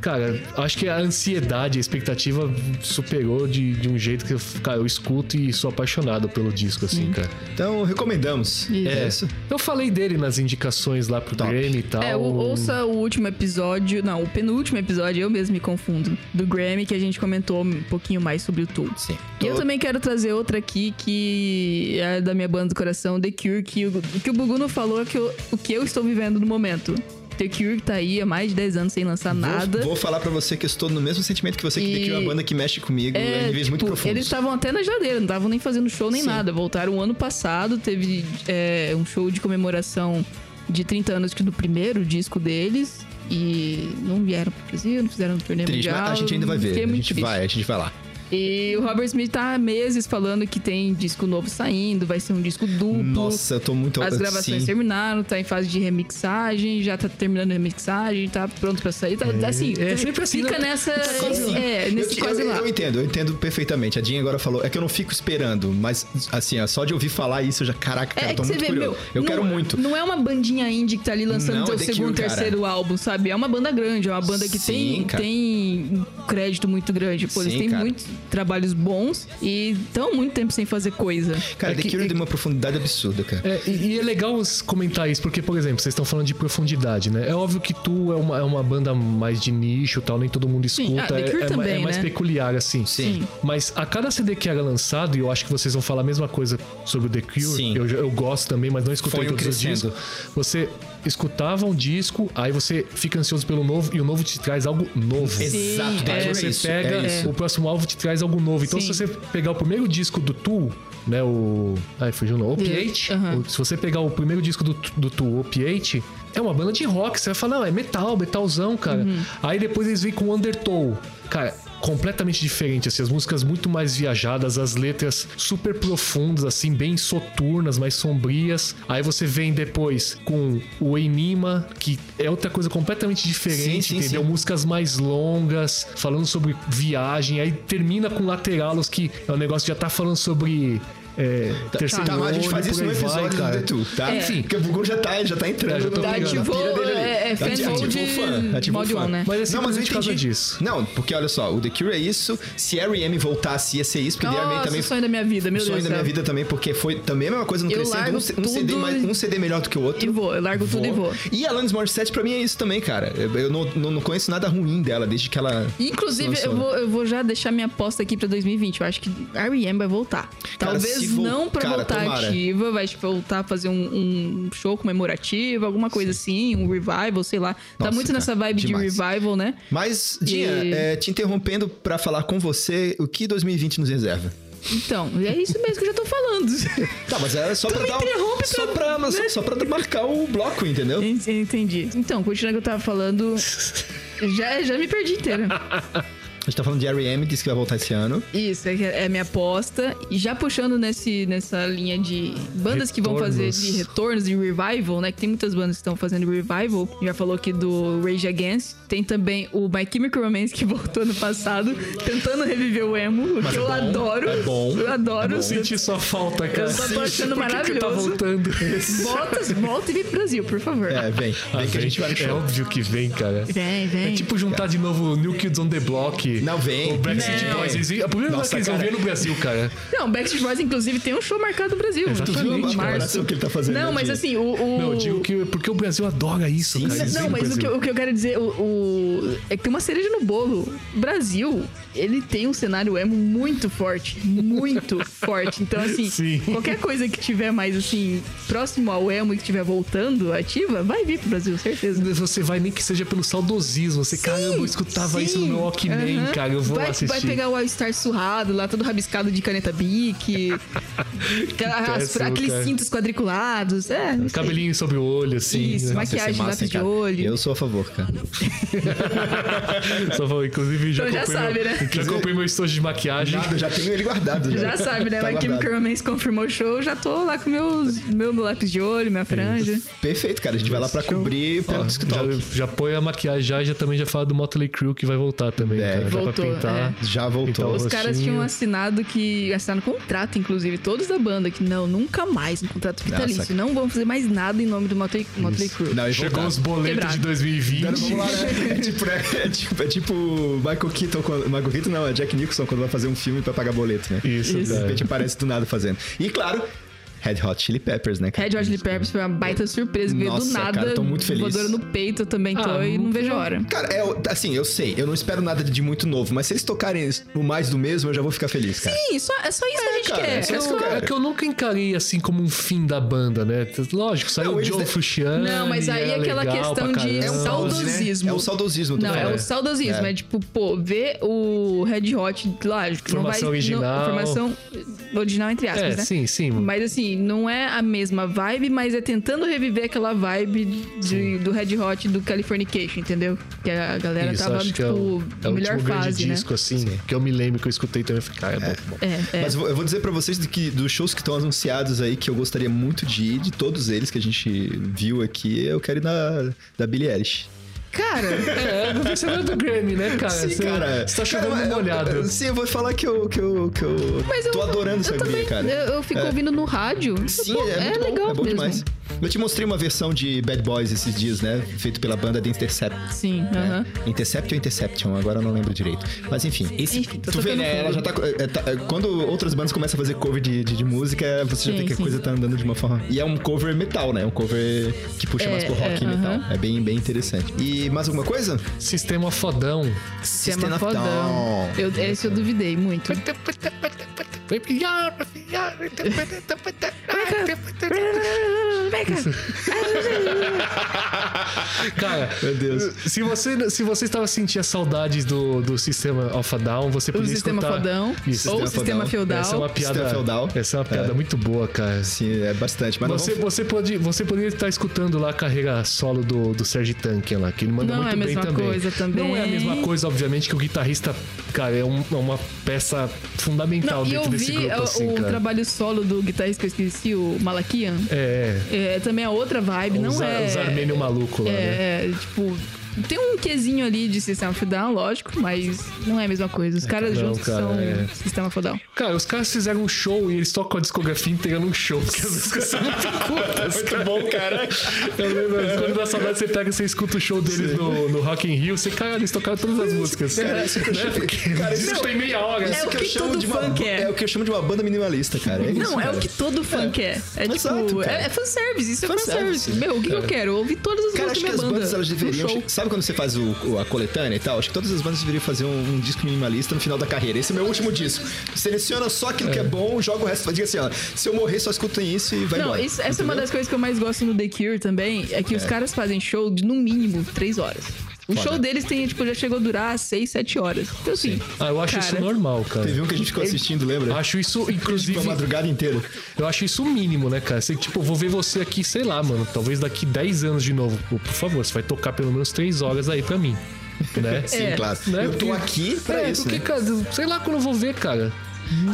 S2: Cara, acho que a ansiedade, a expectativa superou de, de um jeito que eu, cara, eu escuto e sou apaixonado pelo disco, assim, cara.
S3: Então, recomendamos. É isso.
S2: Eu falei dele nas indicações lá pro
S3: Top.
S2: Grammy e tal.
S1: É, o- ouça o último episódio, não, o penúltimo episódio, eu mesmo me confundo, do Grammy, que a gente comentou um pouquinho mais sobre o Tool.
S3: Sim.
S1: E eu também quero trazer outra aqui que é da minha banda do coração, The Cure, que o, o que o Buguno falou é que eu- o que eu estou vivendo no momento. The Cure tá aí há mais de 10 anos sem lançar
S3: Vou-
S1: nada.
S3: Vou, falar pra você que eu estou no mesmo sentimento que você, que
S1: E-
S3: daqui é uma banda que mexe comigo
S1: É,
S3: em níveis muito
S1: tipo,
S3: profundos.
S1: eles estavam até na geladeira, não estavam nem fazendo show nem
S3: Sim.
S1: nada. Voltaram ano passado, teve é, um show de comemoração de 30 anos que do primeiro disco deles. E não vieram pro Brasil, não fizeram turnê
S3: Triste,
S1: mundial.
S3: mas a gente ainda vai ver.
S1: Fiquei
S3: A
S1: muito
S3: gente
S1: triste.
S3: vai, a gente vai lá.
S1: E o Robert Smith tá há meses falando que tem disco novo saindo, vai ser um disco duplo.
S3: Nossa, eu tô muito
S1: As gravações
S3: sim.
S1: terminaram, tá em fase de remixagem, já tá terminando a remixagem, tá pronto pra sair. Tá, assim,
S2: é
S1: tá-
S2: sempre assim,
S1: fica
S2: né?
S1: nessa.
S3: Sim.
S1: é, nesse
S3: eu,
S1: quase
S3: eu,
S1: lá.
S3: eu entendo, eu entendo perfeitamente. A Dinha agora falou, é que eu não fico esperando, mas assim, ó, só de ouvir falar isso, eu já, caraca,
S1: É,
S3: cara, eu
S1: que
S3: tô
S1: você
S3: muito
S1: vê,
S3: curioso.
S1: meu.
S3: eu
S1: não,
S3: quero muito.
S1: Não é uma bandinha indie que tá ali lançando
S3: Não,
S1: seu
S3: é The
S1: segundo,
S3: Cure, cara.
S1: terceiro álbum, sabe? É uma banda grande, é uma banda que tem,
S3: Sim, cara.
S1: tem um crédito muito grande. Pô, eles
S3: Sim,
S1: têm
S3: cara.
S1: muitos trabalhos bons e estão muito tempo sem fazer coisa.
S3: Cara,
S2: É
S3: The
S2: que-
S3: Cure
S2: é
S3: tem uma profundidade absurda, cara.
S2: É, e, e é legal os- comentar isso, porque, por exemplo, vocês estão falando de profundidade, né? É óbvio que tu é uma, é uma banda mais de nicho e tal, nem todo mundo
S1: Sim,
S2: escuta.
S1: ah, The
S2: é,
S1: Cure
S2: é ma-
S1: também,
S2: é mais
S1: né?
S2: peculiar, assim.
S3: Sim.
S2: Mas a cada CD que era lançado, e eu acho que vocês vão falar a mesma coisa sobre o The Cure,
S3: Sim.
S2: eu, já- eu gosto também, mas não escutei
S3: Foi um
S2: todos os
S3: crescendo.
S2: discos. Você escutava um disco, aí você fica ansioso pelo novo, e o novo te traz algo novo.
S3: Exato,
S1: é.
S3: Tati,
S2: Aí
S3: é
S2: você
S3: isso,
S2: pega,
S3: é isso.
S2: o próximo alvo te traz algo novo. Então,
S1: Sim.
S2: se você pegar o primeiro disco do Tu, né, o... Ai, fugiu o nome.
S1: Uhum.
S2: Opiate.
S1: Aham.
S2: o- Se você pegar o primeiro disco do, do Tu, Opiate, é uma banda de rock. Você vai falar, não, é metal, metalzão, cara.
S3: Uhum.
S2: Aí depois eles vêm com Undertow. Cara, completamente diferente, assim. As músicas muito mais viajadas, as letras super profundas, assim, bem soturnas, mais sombrias. Aí você vem depois com o Enima, que é outra coisa completamente diferente,
S3: sim,
S2: entendeu?
S3: sim.
S2: músicas mais longas, falando sobre viagem, aí termina com Lateralos, que é um negócio que já tá falando sobre. É, terceiro
S3: tá, mas a gente
S2: olho,
S3: faz
S2: por
S3: isso
S2: aí
S3: no
S2: vai,
S3: episódio
S2: cara.
S3: do The Two, tá?
S2: É. Enfim.
S3: Porque o Bugon já tá, já tá
S2: É,
S3: entrando.
S2: já tô
S3: na- na
S1: ligado.
S3: pira
S1: Ativou,
S3: dele ali.
S1: é, é, fan
S3: Ativou
S1: mode
S3: o fã, ativou o
S1: mode
S3: fã.
S1: on, né?
S2: Mas é simplesmente por causa
S3: entendi.
S2: disso.
S3: Não, porque olha só, o The Cure é isso, se a R.E.M. voltasse ia ser isso, porque a R.E.M.
S1: Nossa,
S3: também... um
S1: sonho da minha vida, meu
S3: sonho
S1: Deus do
S3: da minha
S1: céu.
S3: vida também, porque foi também a mesma coisa no
S1: Eu
S3: crescendo,
S1: largo
S3: um, C- um CD
S1: tudo
S3: mais, um CD melhor do que o outro.
S1: E vou, eu largo tudo e vou.
S3: E a Alanis Morissette pra mim é isso também, cara. Eu eu não, não, não conheço nada ruim dela desde que ela...
S1: Inclusive,
S3: lançou,
S1: eu
S3: né?
S1: vou, eu vou já deixar minha aposta aqui pra 2020. Eu acho que R.E.M. vai voltar.
S3: Cara,
S1: Talvez
S3: se vol-
S1: não pra
S3: cara,
S1: voltar
S3: tomara.
S1: ativa, vai tipo, voltar a fazer um, um show comemorativo, alguma coisa assim, um revival, sei lá. tá
S3: Nossa,
S1: muito
S3: cara,
S1: nessa vibe
S3: demais.
S1: de revival, né?
S3: Mas, Dinha,
S1: E-
S3: é, te interrompendo pra falar com você, o que 2020 nos reserva?
S1: Então, é isso mesmo que eu já tô
S3: [laughs]
S1: falando.
S3: Tá, mas era só pra
S1: me
S3: dar.
S1: interrompe
S3: só
S1: pra-
S3: pra, só, só pra marcar o bloco, entendeu?
S1: Ent- Entendi. Então, continuando o que eu tava
S3: [laughs]
S1: falando. Já, já me perdi inteira.
S3: A gente tá falando de R.E.M., disse que vai voltar esse ano.
S1: Isso, é, que é a minha aposta. E já puxando nesse, nessa linha de bandas que vão fazer
S2: Retornos.
S1: de retornos, de revival, né? Que tem muitas bandas que estão fazendo revival. Já falou aqui do Rage Against. Tem também o My Chemical Romance, que [laughs] voltou no passado, tentando reviver o emo, o que eu adoro.
S3: é bom,
S1: Eu adoro.
S2: Eu senti sua falta, cara.
S1: Eu tô
S2: Por
S1: achando
S2: que que tá
S1: maravilhoso. [laughs]
S2: voltando?
S1: Volta, volta e vem pro Brasil, por favor.
S3: É, vem. Vem
S2: Ah,
S3: que a gente
S2: vem.
S3: vai no
S2: É
S3: show.
S2: óbvio que vem, cara.
S1: Vem, vem.
S2: É tipo juntar de novo o New Kids on the Block.
S3: Não, vem.
S2: O Brexit
S3: Não.
S2: Boys. Eles vêm- A primeira vez
S3: Nossa,
S2: que eles vão
S3: cara.
S2: ver é no Brasil, cara.
S1: Não, Backstreet Boys, inclusive, tem um show marcado no Brasil.
S3: É,
S2: Exatamente,
S1: em
S2: cara.
S1: março.
S3: Abração que ele tá fazendo,
S1: Não,
S3: né,
S1: mas
S3: Diego?
S1: assim, o. o-
S2: Não, eu digo que porque o Brasil adora isso,
S3: Sim,
S2: cara. Eles
S1: Não,
S2: vêm no
S1: mas o que,
S2: Brasil.
S1: eu- o que eu quero dizer o, o- é que tem uma cereja no bolo. O Brasil, ele tem um cenário emo muito forte.
S2: [laughs]
S1: Muito forte. Então, assim,
S2: Sim.
S1: qualquer coisa que tiver mais, assim, próximo ao emo e que estiver voltando ativa, vai vir pro Brasil, certeza.
S2: Você vai nem que seja pelo saudosismo. Você, caramba, eu escutava isso no meu Walkman,
S1: Aham.
S2: cara. Eu vou
S1: vai,
S2: lá assistir.
S1: Vai pegar o All-Star surrado lá, todo rabiscado de caneta
S2: [laughs]
S1: Bic. aquela- as-
S2: péssimo,
S1: aqueles
S2: cara.
S1: cintos quadriculados. É, não sei.
S2: Cabelinho sobre o olho, assim.
S1: Isso,
S2: né?
S1: mas-
S3: Nossa, ia ser
S1: Maquiagem, lápis
S3: hein,
S1: de
S3: cara?
S1: olho.
S3: Eu sou a favor, cara.
S2: Só falou, inclusive, já,
S1: Então já
S2: comprei
S1: sabe,
S2: meu,
S1: né?
S2: já comprei meu estojo de maquiagem.
S3: Nada, eu já tenho ele guardado.
S1: Já sabe, né?
S3: Tá
S1: Mas Kim
S3: guardado.
S1: Kermans confirmou o show, já tô lá com meus, meu lindo, lápis de olho, minha franja.
S3: Perfeito, cara. A gente vai lá pra cobrir pelo
S2: Ó,
S3: TikTok.
S2: já, já põe a maquiagem já, já também já fala do Motley Crue que vai voltar também.
S3: É,
S2: cara. Já
S1: voltou, é.
S2: pra pintar.
S3: Já, voltou.
S2: Então,
S1: Os caras
S2: rostinho.
S1: tinham assinado que. Assinado contrato, inclusive, todos da banda, que não, nunca mais, um contrato vitalício.
S3: Nossa.
S1: Não vão fazer mais nada em nome do Motley, Motley Crue.
S3: Não, eles
S2: Chegou
S3: voltaram.
S2: os boletos
S1: Quebrado.
S2: de 2020.
S3: Cara, vamos lá, né? [laughs] É tipo, né? é, tipo, é tipo Michael Keaton. quando- Michael Keaton não, é Jack Nicholson quando vai fazer um filme pra pagar boleto, né?
S2: Isso,
S1: Isso.
S3: De
S2: cara.
S3: repente aparece do nada fazendo. E claro, Red Hot Chili Peppers, né, cara?
S1: Red Hot Chili Peppers foi uma baita surpresa, veio do
S3: Nossa,
S1: nada.
S3: cara, tô muito feliz.
S1: Voadora no peito eu também tô
S2: Ah,
S1: e não vejo a hora.
S3: Cara, é, o- assim, eu sei, eu não espero nada de muito novo, mas se eles tocarem o mais do mesmo, eu já vou ficar feliz, cara.
S1: Sim, só, é só isso que a gente
S3: cara,
S1: quer.
S3: é só
S1: É
S3: isso
S1: só-
S3: que eu quero.
S2: É que eu nunca encarei assim como um fim da banda, né? Lógico, saiu
S3: Não,
S2: o
S3: eles
S2: John
S3: de-
S2: Frusciante.
S1: Não, mas aí é aquela questão de
S3: pause, né?
S1: saudosismo.
S3: É o saudosismo do
S1: Não, um é
S3: cara.
S1: o saudosismo.
S3: É.
S1: É. tipo, pô, ver o Red Hot, lógico, não vai.
S2: Formação original.
S1: Não, formação original, entre aspas,
S2: É,
S1: né?
S2: sim, sim.
S1: Mas assim, não é a mesma vibe, mas é tentando reviver aquela vibe de- do Red Hot do Californication, entendeu? Que a galera
S2: Isso,
S1: tava,
S2: acho
S1: tipo,
S2: que é o, é o
S1: melhor
S2: último grande
S1: fase, né?
S2: disco, assim, que eu me lembro que eu escutei também. eu Falei, cara, é, muito bom.
S1: É, é.
S3: Mas eu vou- eu vou dizer pra vocês de que dos shows que estão anunciados aí, que eu gostaria muito de ir, de todos eles que a gente viu aqui, eu quero ir na da Billie Eilish.
S1: Cara,
S2: [laughs] É, não vencedor do Grammy, né, cara? você, Você tá chegando
S3: Cara, é um eu-
S2: molhado.
S3: eu- Sim, eu vou falar que eu, que eu, que eu
S1: mas eu.
S3: tô adorando essa
S1: eu
S3: guria,
S1: também,
S3: cara.
S1: Eu, eu
S2: É.
S1: fico ouvindo no rádio.
S3: Sim,
S1: Pô,
S3: é, muito bom,
S1: legal
S3: é bom
S1: mesmo.
S3: demais. Eu te mostrei uma versão de Bad Boys esses dias, né? Feito pela banda The Intercept.
S1: Sim,
S2: É.
S1: aham.
S3: Intercept ou Interception, agora eu não lembro direito. Mas enfim, esse,
S1: Enfim, tô
S3: tu vê,
S1: tocando
S3: né? Ela
S1: fogo.
S3: já tá, é, tá- é, Quando outras bandas começam a fazer cover de, de, de música, você já
S1: Sim,
S3: vê que a
S1: sim.
S3: coisa tá andando de uma forma. E é um cover metal, né? Um cover que puxa mais
S1: É,
S3: pro rock
S1: é,
S3: e metal.
S1: aham.
S3: É bem, bem interessante. E mais alguma coisa?
S2: Sistema fodão.
S1: Sistema é fodão. Eu, esse eu duvidei
S2: [laughs]
S1: muito.
S2: Cara,
S3: Meu Deus.
S2: Se você, se você estava sentindo saudades do, do sistema Alpha Down, você
S1: O
S2: podia
S1: sistema
S2: escutar...
S1: fodão.
S2: Isso.
S1: Ou
S3: Sistema
S1: o sistema
S3: fodão.
S1: feudal.
S2: Essa é uma piada,
S3: Sistema feudal.
S2: Essa é uma piada muito boa, cara.
S3: Sim, é bastante. Mas
S2: Você,
S3: não vamos-
S2: você, pode, você poderia estar escutando lá a carreira solo do, do Serge Tankian lá, que ele manda
S1: Não
S2: muito
S1: é a
S2: bem
S1: mesma
S2: também.
S1: coisa também.
S2: Não é a mesma coisa, obviamente, que o guitarrista, cara, é, um- é uma peça fundamental
S1: Não, e
S2: dentro
S1: eu
S2: desse
S1: vi é
S2: grupo,
S1: o,
S2: assim,
S1: o
S2: cara.
S1: trabalho solo do guitarrista que eu esqueci, o Malakian.
S2: É,
S1: É, também é outra vibe,
S2: é.
S1: não
S2: os,
S1: é.
S2: os armênios malucos lá, né?
S1: É, tipo. Tem um quesinho ali de sistema fodal, lógico, mas não é a mesma coisa. Os caras
S2: não,
S1: juntos
S2: cara,
S1: são
S2: é.
S1: sistema fodal.
S2: Cara, os caras fizeram um show e eles tocam a discografia inteira num show, porque as discussões não tem curtas. Muito bom, cara. [laughs] Eu lembro, quando dá saudade, você pega e você escuta o show deles no, no Rock in Rio, você, cara, eles tocaram todas as músicas.
S3: Cara, É, isso que eu
S2: né?
S3: achei-
S2: Porque
S3: Cara,
S2: isso
S3: isso-
S2: tem meia hora.
S1: É o
S3: eu
S1: que
S3: chamo
S1: todo
S3: de uma-
S1: funk é.
S3: É o que eu chamo de uma banda minimalista, cara. É isso,
S1: Não, é
S3: cara.
S1: o que todo funk é. É, tipo,
S3: exato, cara.
S1: é, é fanservice, isso é
S3: Fanservice.
S1: fanservice. Meu, o que,
S2: É.
S1: que eu quero? Eu ouvi todas as
S3: Cara,
S1: músicas da
S3: acho que
S1: minha
S3: as
S1: banda.
S3: bandas elas
S1: no
S3: deveriam.
S1: show.
S3: Sabe quando você faz o- o- a coletânea e tal? Acho que todas as bandas deveriam fazer um, um disco minimalista no final da carreira. Esse é meu último disco. Seleciona só aquilo que é bom, joga o resto. Diga assim, ó. Se eu morrer, só escutem isso e vai
S1: Não,
S3: embora.
S1: isso- essa é uma
S3: Entendeu?
S1: das coisas que eu mais gosto no The Cure também, é que os caras fazem show de no mínimo três horas. O
S3: Foda.
S1: show deles tem, tipo, já chegou a durar seis, sete horas. Então, assim.
S2: Ah, eu acho isso
S1: cara,
S2: normal,
S3: Teve
S2: cara.
S3: um que a gente ficou assistindo, lembra?
S2: Acho isso, inclusive,
S3: Tipo, a madrugada inteira.
S2: eu acho isso o mínimo, né, cara? Você, tipo, eu vou ver você aqui, sei lá, mano, talvez daqui 10 anos de novo. Pô, Por favor, você vai tocar pelo menos 3 horas aí pra mim. Né?
S3: Sim,
S1: É,
S3: claro.
S2: Né?
S3: Eu tô
S2: Porque-
S3: aqui pra
S2: é,
S3: isso,
S2: porque,
S3: né?
S2: cara, sei lá quando eu vou ver, cara.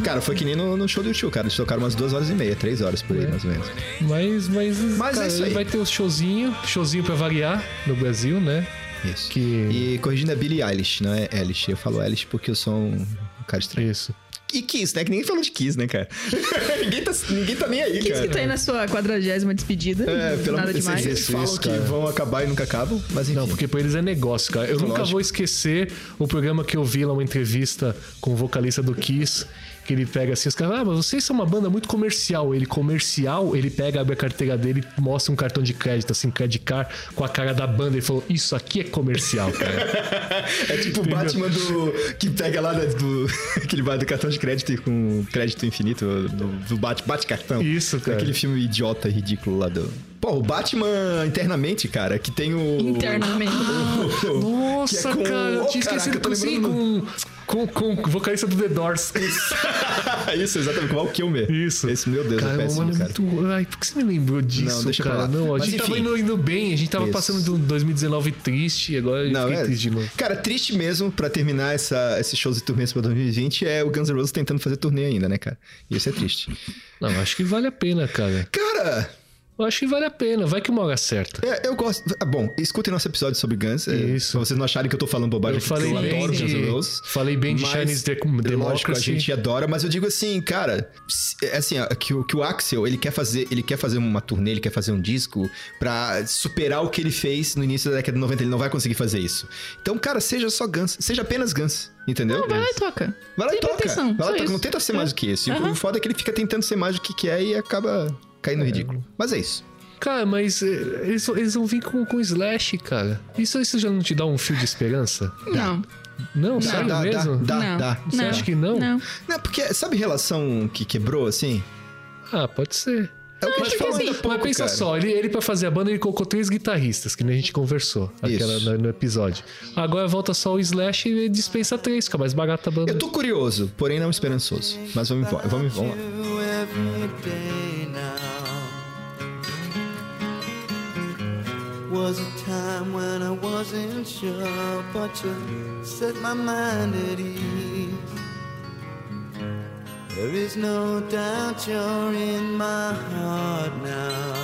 S3: Cara, foi que nem no, no show do tio, cara. Eles tocaram umas duas horas e meia, três horas por aí,
S1: É.
S3: mais ou menos.
S2: Mas, mas,
S3: Mas
S2: cara,
S3: é isso aí.
S2: vai ter os showzinho, showzinho pra variar no Brasil, né?
S3: Isso.
S2: Que-
S3: E corrigindo é Billie Eilish, não é Eilish. Eu falo Eilish porque eu sou um cara estranho.
S2: Isso.
S3: E Kiss, né? Que ninguém falou de Kiss, né, cara? [laughs] ninguém, tá, ninguém tá nem aí,
S1: Isso
S3: cara.
S1: que tá aí na sua quadragésima despedida.
S3: É, pelo
S1: nada
S3: menos
S1: demais.
S3: eles
S2: Isso,
S3: falam
S2: isso,
S3: que
S2: cara.
S3: vão acabar e nunca acabam, mas enfim.
S2: Não, porque pra eles é negócio, cara. Eu nunca
S3: Lógico.
S2: vou esquecer o programa que eu vi lá, uma entrevista com o vocalista do Kiss, que ele pega assim, os caras, ah, mas vocês são uma banda muito comercial. Ele, comercial, ele pega, abre a carteira dele, mostra um cartão de crédito, assim, credit card, com a cara da banda. Ele falou, isso aqui é comercial,
S3: [laughs]
S2: cara.
S3: é tipo o Batman do. que pega lá né, do. aquele bar do [laughs] cartão de crédito e com crédito infinito do, do bate, bate cartão.
S2: Isso, cara.
S3: Aquele filme idiota, ridículo lá do. Pô, o Batman internamente, cara, que tem o. [laughs] é
S1: Internamente.
S2: Ah, Nossa,
S3: com-
S2: cara, eu
S3: Ô,
S2: tinha esquecido
S3: caraca, eu tô
S2: com, com, com, com o vocalista do The Doors.
S3: [laughs] Isso, exatamente, com o Kilmer.
S2: Isso.
S3: Esse, meu Deus,
S2: cara,
S3: é péssimo,
S2: mano,
S3: cara.
S2: muito- Ai, por que você me lembrou disso,
S3: deixa pra
S2: cara?
S3: lá.
S2: Não, a
S3: Mas
S2: gente tava
S3: enfim.
S2: indo, indo bem, a gente tava
S3: Isso.
S2: passando de um 2019 triste e agora eu
S3: Não,
S2: fiquei
S3: é.
S2: triste de novo.
S3: Cara, triste mesmo pra terminar essa, esses shows e turnês pra 2020 é o Guns N' Roses tentando fazer turnê ainda, né, cara? Isso é triste.
S2: Não, acho que vale a pena, cara.
S3: Cara,
S2: Eu acho que vale a pena, vai que uma hora acerta.
S3: É, eu gosto. Ah, Bom, escutem nosso episódio sobre Guns. é,
S2: Isso.
S3: Pra vocês não acharem que eu tô falando bobagem,
S2: Eu
S3: aqui, porque
S2: falei
S3: eu
S2: bem
S3: adoro
S2: de-
S3: Guns N' Roses.
S2: falei bem de Chinese Dec-
S3: Lógico, a
S2: Democracy.
S3: gente adora, mas eu digo assim, cara, se- é assim, ó, que, o- que o Axel, ele quer fazer, ele quer fazer uma turnê, ele quer fazer um disco pra superar o que ele fez no início da década de 90, ele não vai conseguir fazer isso. Então, cara, seja só Guns, seja apenas Guns, entendeu?
S2: É.
S1: Não, vai lá e toca.
S3: Vai lá e
S1: Sem
S3: toca.
S1: pretensão,
S3: Vai lá
S1: só
S3: e toca.
S1: isso.
S3: Não tenta ser mais do que isso. E
S1: Aham.
S3: O foda é que ele fica tentando ser mais do que, que é e acaba caindo no ridículo. Mas é isso.
S2: Cara, mas eh, eles, eles vão vir com, com Slash, cara. Isso, isso já não te dá um fio de esperança?
S1: Não.
S2: Não,
S3: Dá,
S2: sério
S3: dá, dá,
S2: mesmo?
S3: dá,
S1: não.
S3: dá.
S2: tá, Você acha que não?
S1: Não.
S3: Não, porque sabe relação que quebrou, assim?
S2: Ah, pode ser.
S3: É o que a
S2: Mas,
S3: gente falou
S1: assim,
S2: pensa-
S3: ainda há
S2: mas
S3: pouco,
S2: pensa
S3: cara.
S2: só, ele, ele pra fazer a banda ele colocou três guitarristas, que nem a gente conversou aquela,
S3: Isso.
S2: no, no episódio. Agora volta só o Slash e ele dispensa três, fica mais barata a banda.
S3: Eu tô curioso, porém não esperançoso. Mas vamos embora, vamos, vamos lá.
S4: you every day now. Was a time when I wasn't sure, but you set my mind at ease. There is no doubt you're in my heart now.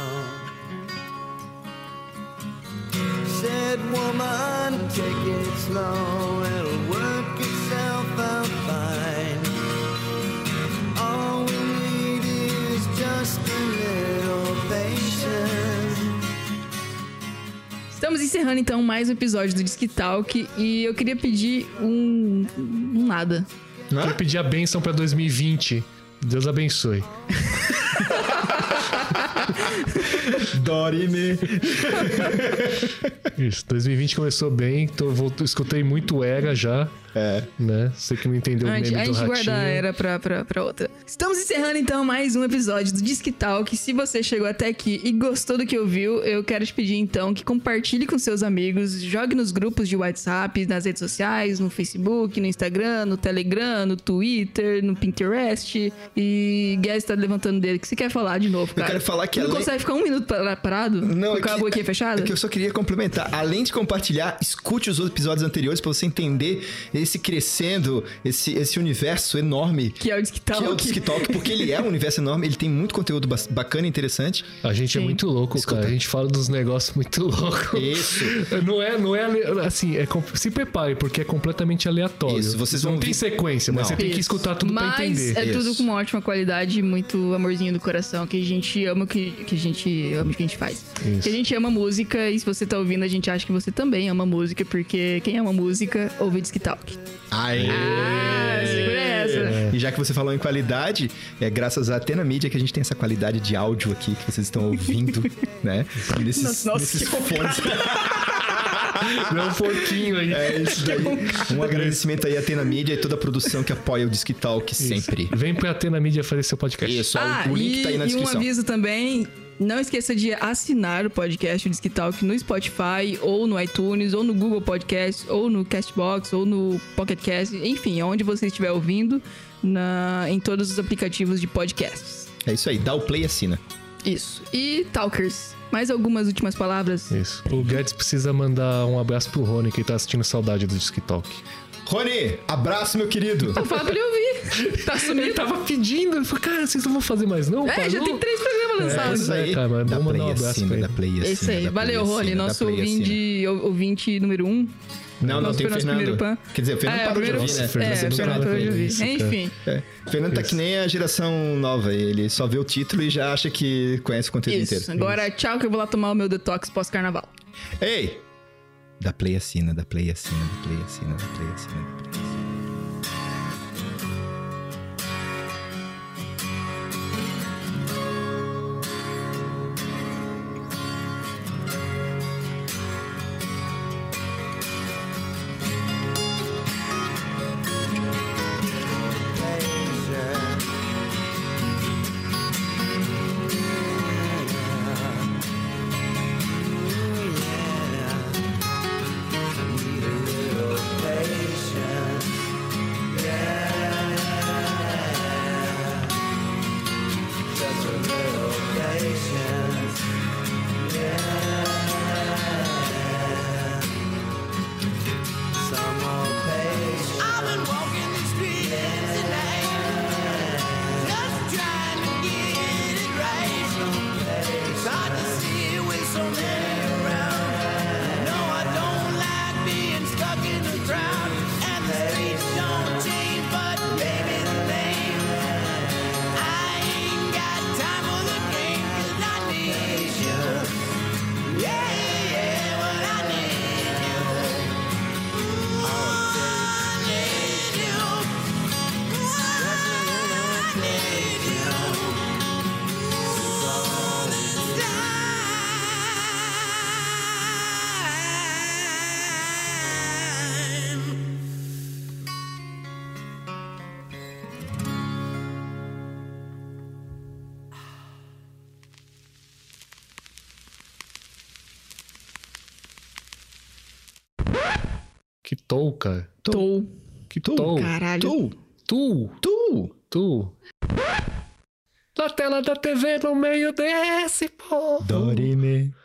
S4: Said woman, take it slow, it'll work itself out fine. All we need is just a little patience.
S1: Estamos encerrando então mais um episódio do Disque Talk e eu queria pedir um, um nada.
S2: Quero pedir a bênção pra 2020. Deus abençoe.
S3: Dorime.
S2: Isso, 2020 começou bem, tô, vou- escutei muito Era já,
S3: É.
S2: né? Você que não entendeu o
S1: a
S2: meme
S1: gente, a
S2: do
S1: gente
S2: ratinho.
S1: guarda a era pra, pra, pra outra. Estamos encerrando então mais um episódio do Disque Talk. Se você chegou até aqui e gostou do que ouviu, eu quero te pedir então que compartilhe com seus amigos, jogue nos grupos de WhatsApp, nas redes sociais, no Facebook, no Instagram, no Telegram, no Twitter, no Pinterest. E Guess tá levantando o dedo. O que você quer falar de novo, cara?
S3: quero falar que
S1: Não
S3: além-
S1: consegue ficar um minuto para- parado?
S3: Não,
S1: com a boquinha fechada?
S3: é que eu só queria complementar. Além de compartilhar, escute os outros episódios anteriores pra você entender esse crescendo, esse, esse universo enorme
S1: Que é o Disque
S3: que
S1: Talk.
S3: é o TikTok, porque ele é um universo enorme, ele tem muito conteúdo ba- bacana e interessante.
S2: A gente é
S1: Sim.
S2: muito louco, cara. A gente fala dos negócios muito [laughs] loucos.
S3: Isso.
S2: Não é, não é ale- assim, é, com- se prepare, porque é completamente aleatório.
S3: Isso, vocês vão
S2: não tem
S3: ouvir-
S2: sequência, mas
S3: Não.
S2: você tem que
S1: Isso.
S2: escutar tudo
S1: Mas
S2: pra entender.
S1: é tudo
S3: Isso.
S1: com uma ótima qualidade, muito amorzinho do coração, que a gente ama o que, que a gente ama o que a gente faz.
S2: Isso.
S1: Que a gente ama música e se você tá ouvindo, a gente acha que você também ama música, porque quem ama música ouve Disque Talk.
S3: Ai.
S2: É.
S1: Ah, segura essa.
S3: E já que você falou em qualidade, é graças à Atena Mídia que a gente tem essa qualidade de áudio aqui que vocês estão ouvindo, [laughs] né? E nesses,
S1: Nossa, nossa,
S3: nesses
S1: que
S3: fones.
S2: Não é um porquinho aí.
S3: Ah. É isso daí. Um agradecimento aí à Atena Mídia e toda a produção que apoia o Disque Talk sempre.
S2: Vem pra ter na mídia fazer seu podcast.
S3: Isso,
S1: Ah,
S3: o link
S1: e,
S3: tá aí na
S1: e um
S3: descrição.
S1: aviso também. Não esqueça de assinar o podcast Disque Talk no Spotify, ou no iTunes, ou no Google Podcast, ou no Castbox, ou no Pocket Cast, enfim, onde você estiver ouvindo, na, em todos os aplicativos de podcasts.
S3: É isso aí, dá o play e assina.
S1: Isso. E Talkers, mais algumas últimas palavras?
S2: Isso. O Guedes precisa mandar um abraço pro Rony, que tá assistindo saudade do TikTok.
S3: Rony, abraço, meu querido.
S1: Eu falo pra ele [laughs] ouvir. Tá
S2: Ele
S1: sumido.
S2: tava pedindo, eu falei, cara, vocês não vão fazer mais não?
S1: É, já tem três programas
S3: É
S1: lançados.
S3: isso aí.
S2: Cara, mas
S3: dá
S2: vamos
S3: play
S2: mandar um
S3: e
S2: abraço pra
S3: assina,
S2: ele.
S3: dá play e
S1: É
S3: assina.
S1: isso aí.
S3: dá play e
S1: Valeu, Rony.
S3: assina, dá assim,
S1: Nosso
S3: play e assina.
S1: ouvinte, ou- ouvinte número um.
S3: Não, não,
S1: Nosso
S3: tem o
S1: nosso primeiro
S3: Fernando.
S1: pan.
S3: Quer dizer, o Fernando
S1: é,
S3: parou de
S1: primeiro-
S3: ouvir, né?
S1: é,
S2: Fernando
S1: Fernando
S2: decepcionado
S1: parou de
S2: com
S1: ouvir.
S2: isso, cara.
S1: Enfim.
S3: É. O Fernando tá que nem a geração nova, ele só vê o título e já acha que conhece o conteúdo
S1: Isso.
S3: inteiro.
S1: Agora, tchau, que eu vou lá tomar o meu detox pós-carnaval.
S3: Ei! Dá play e assina, dá play e assina, dá play e assina, dá play e assina, dá play e assina.
S4: Patience.
S2: Que touca.
S1: Tou.
S2: Que
S3: Tu.
S2: tou.
S1: Caralho.
S3: Tu,
S2: Tu.
S3: tu.
S2: Tu. Na tela da TV, no meio desse, pô.
S3: Dorime.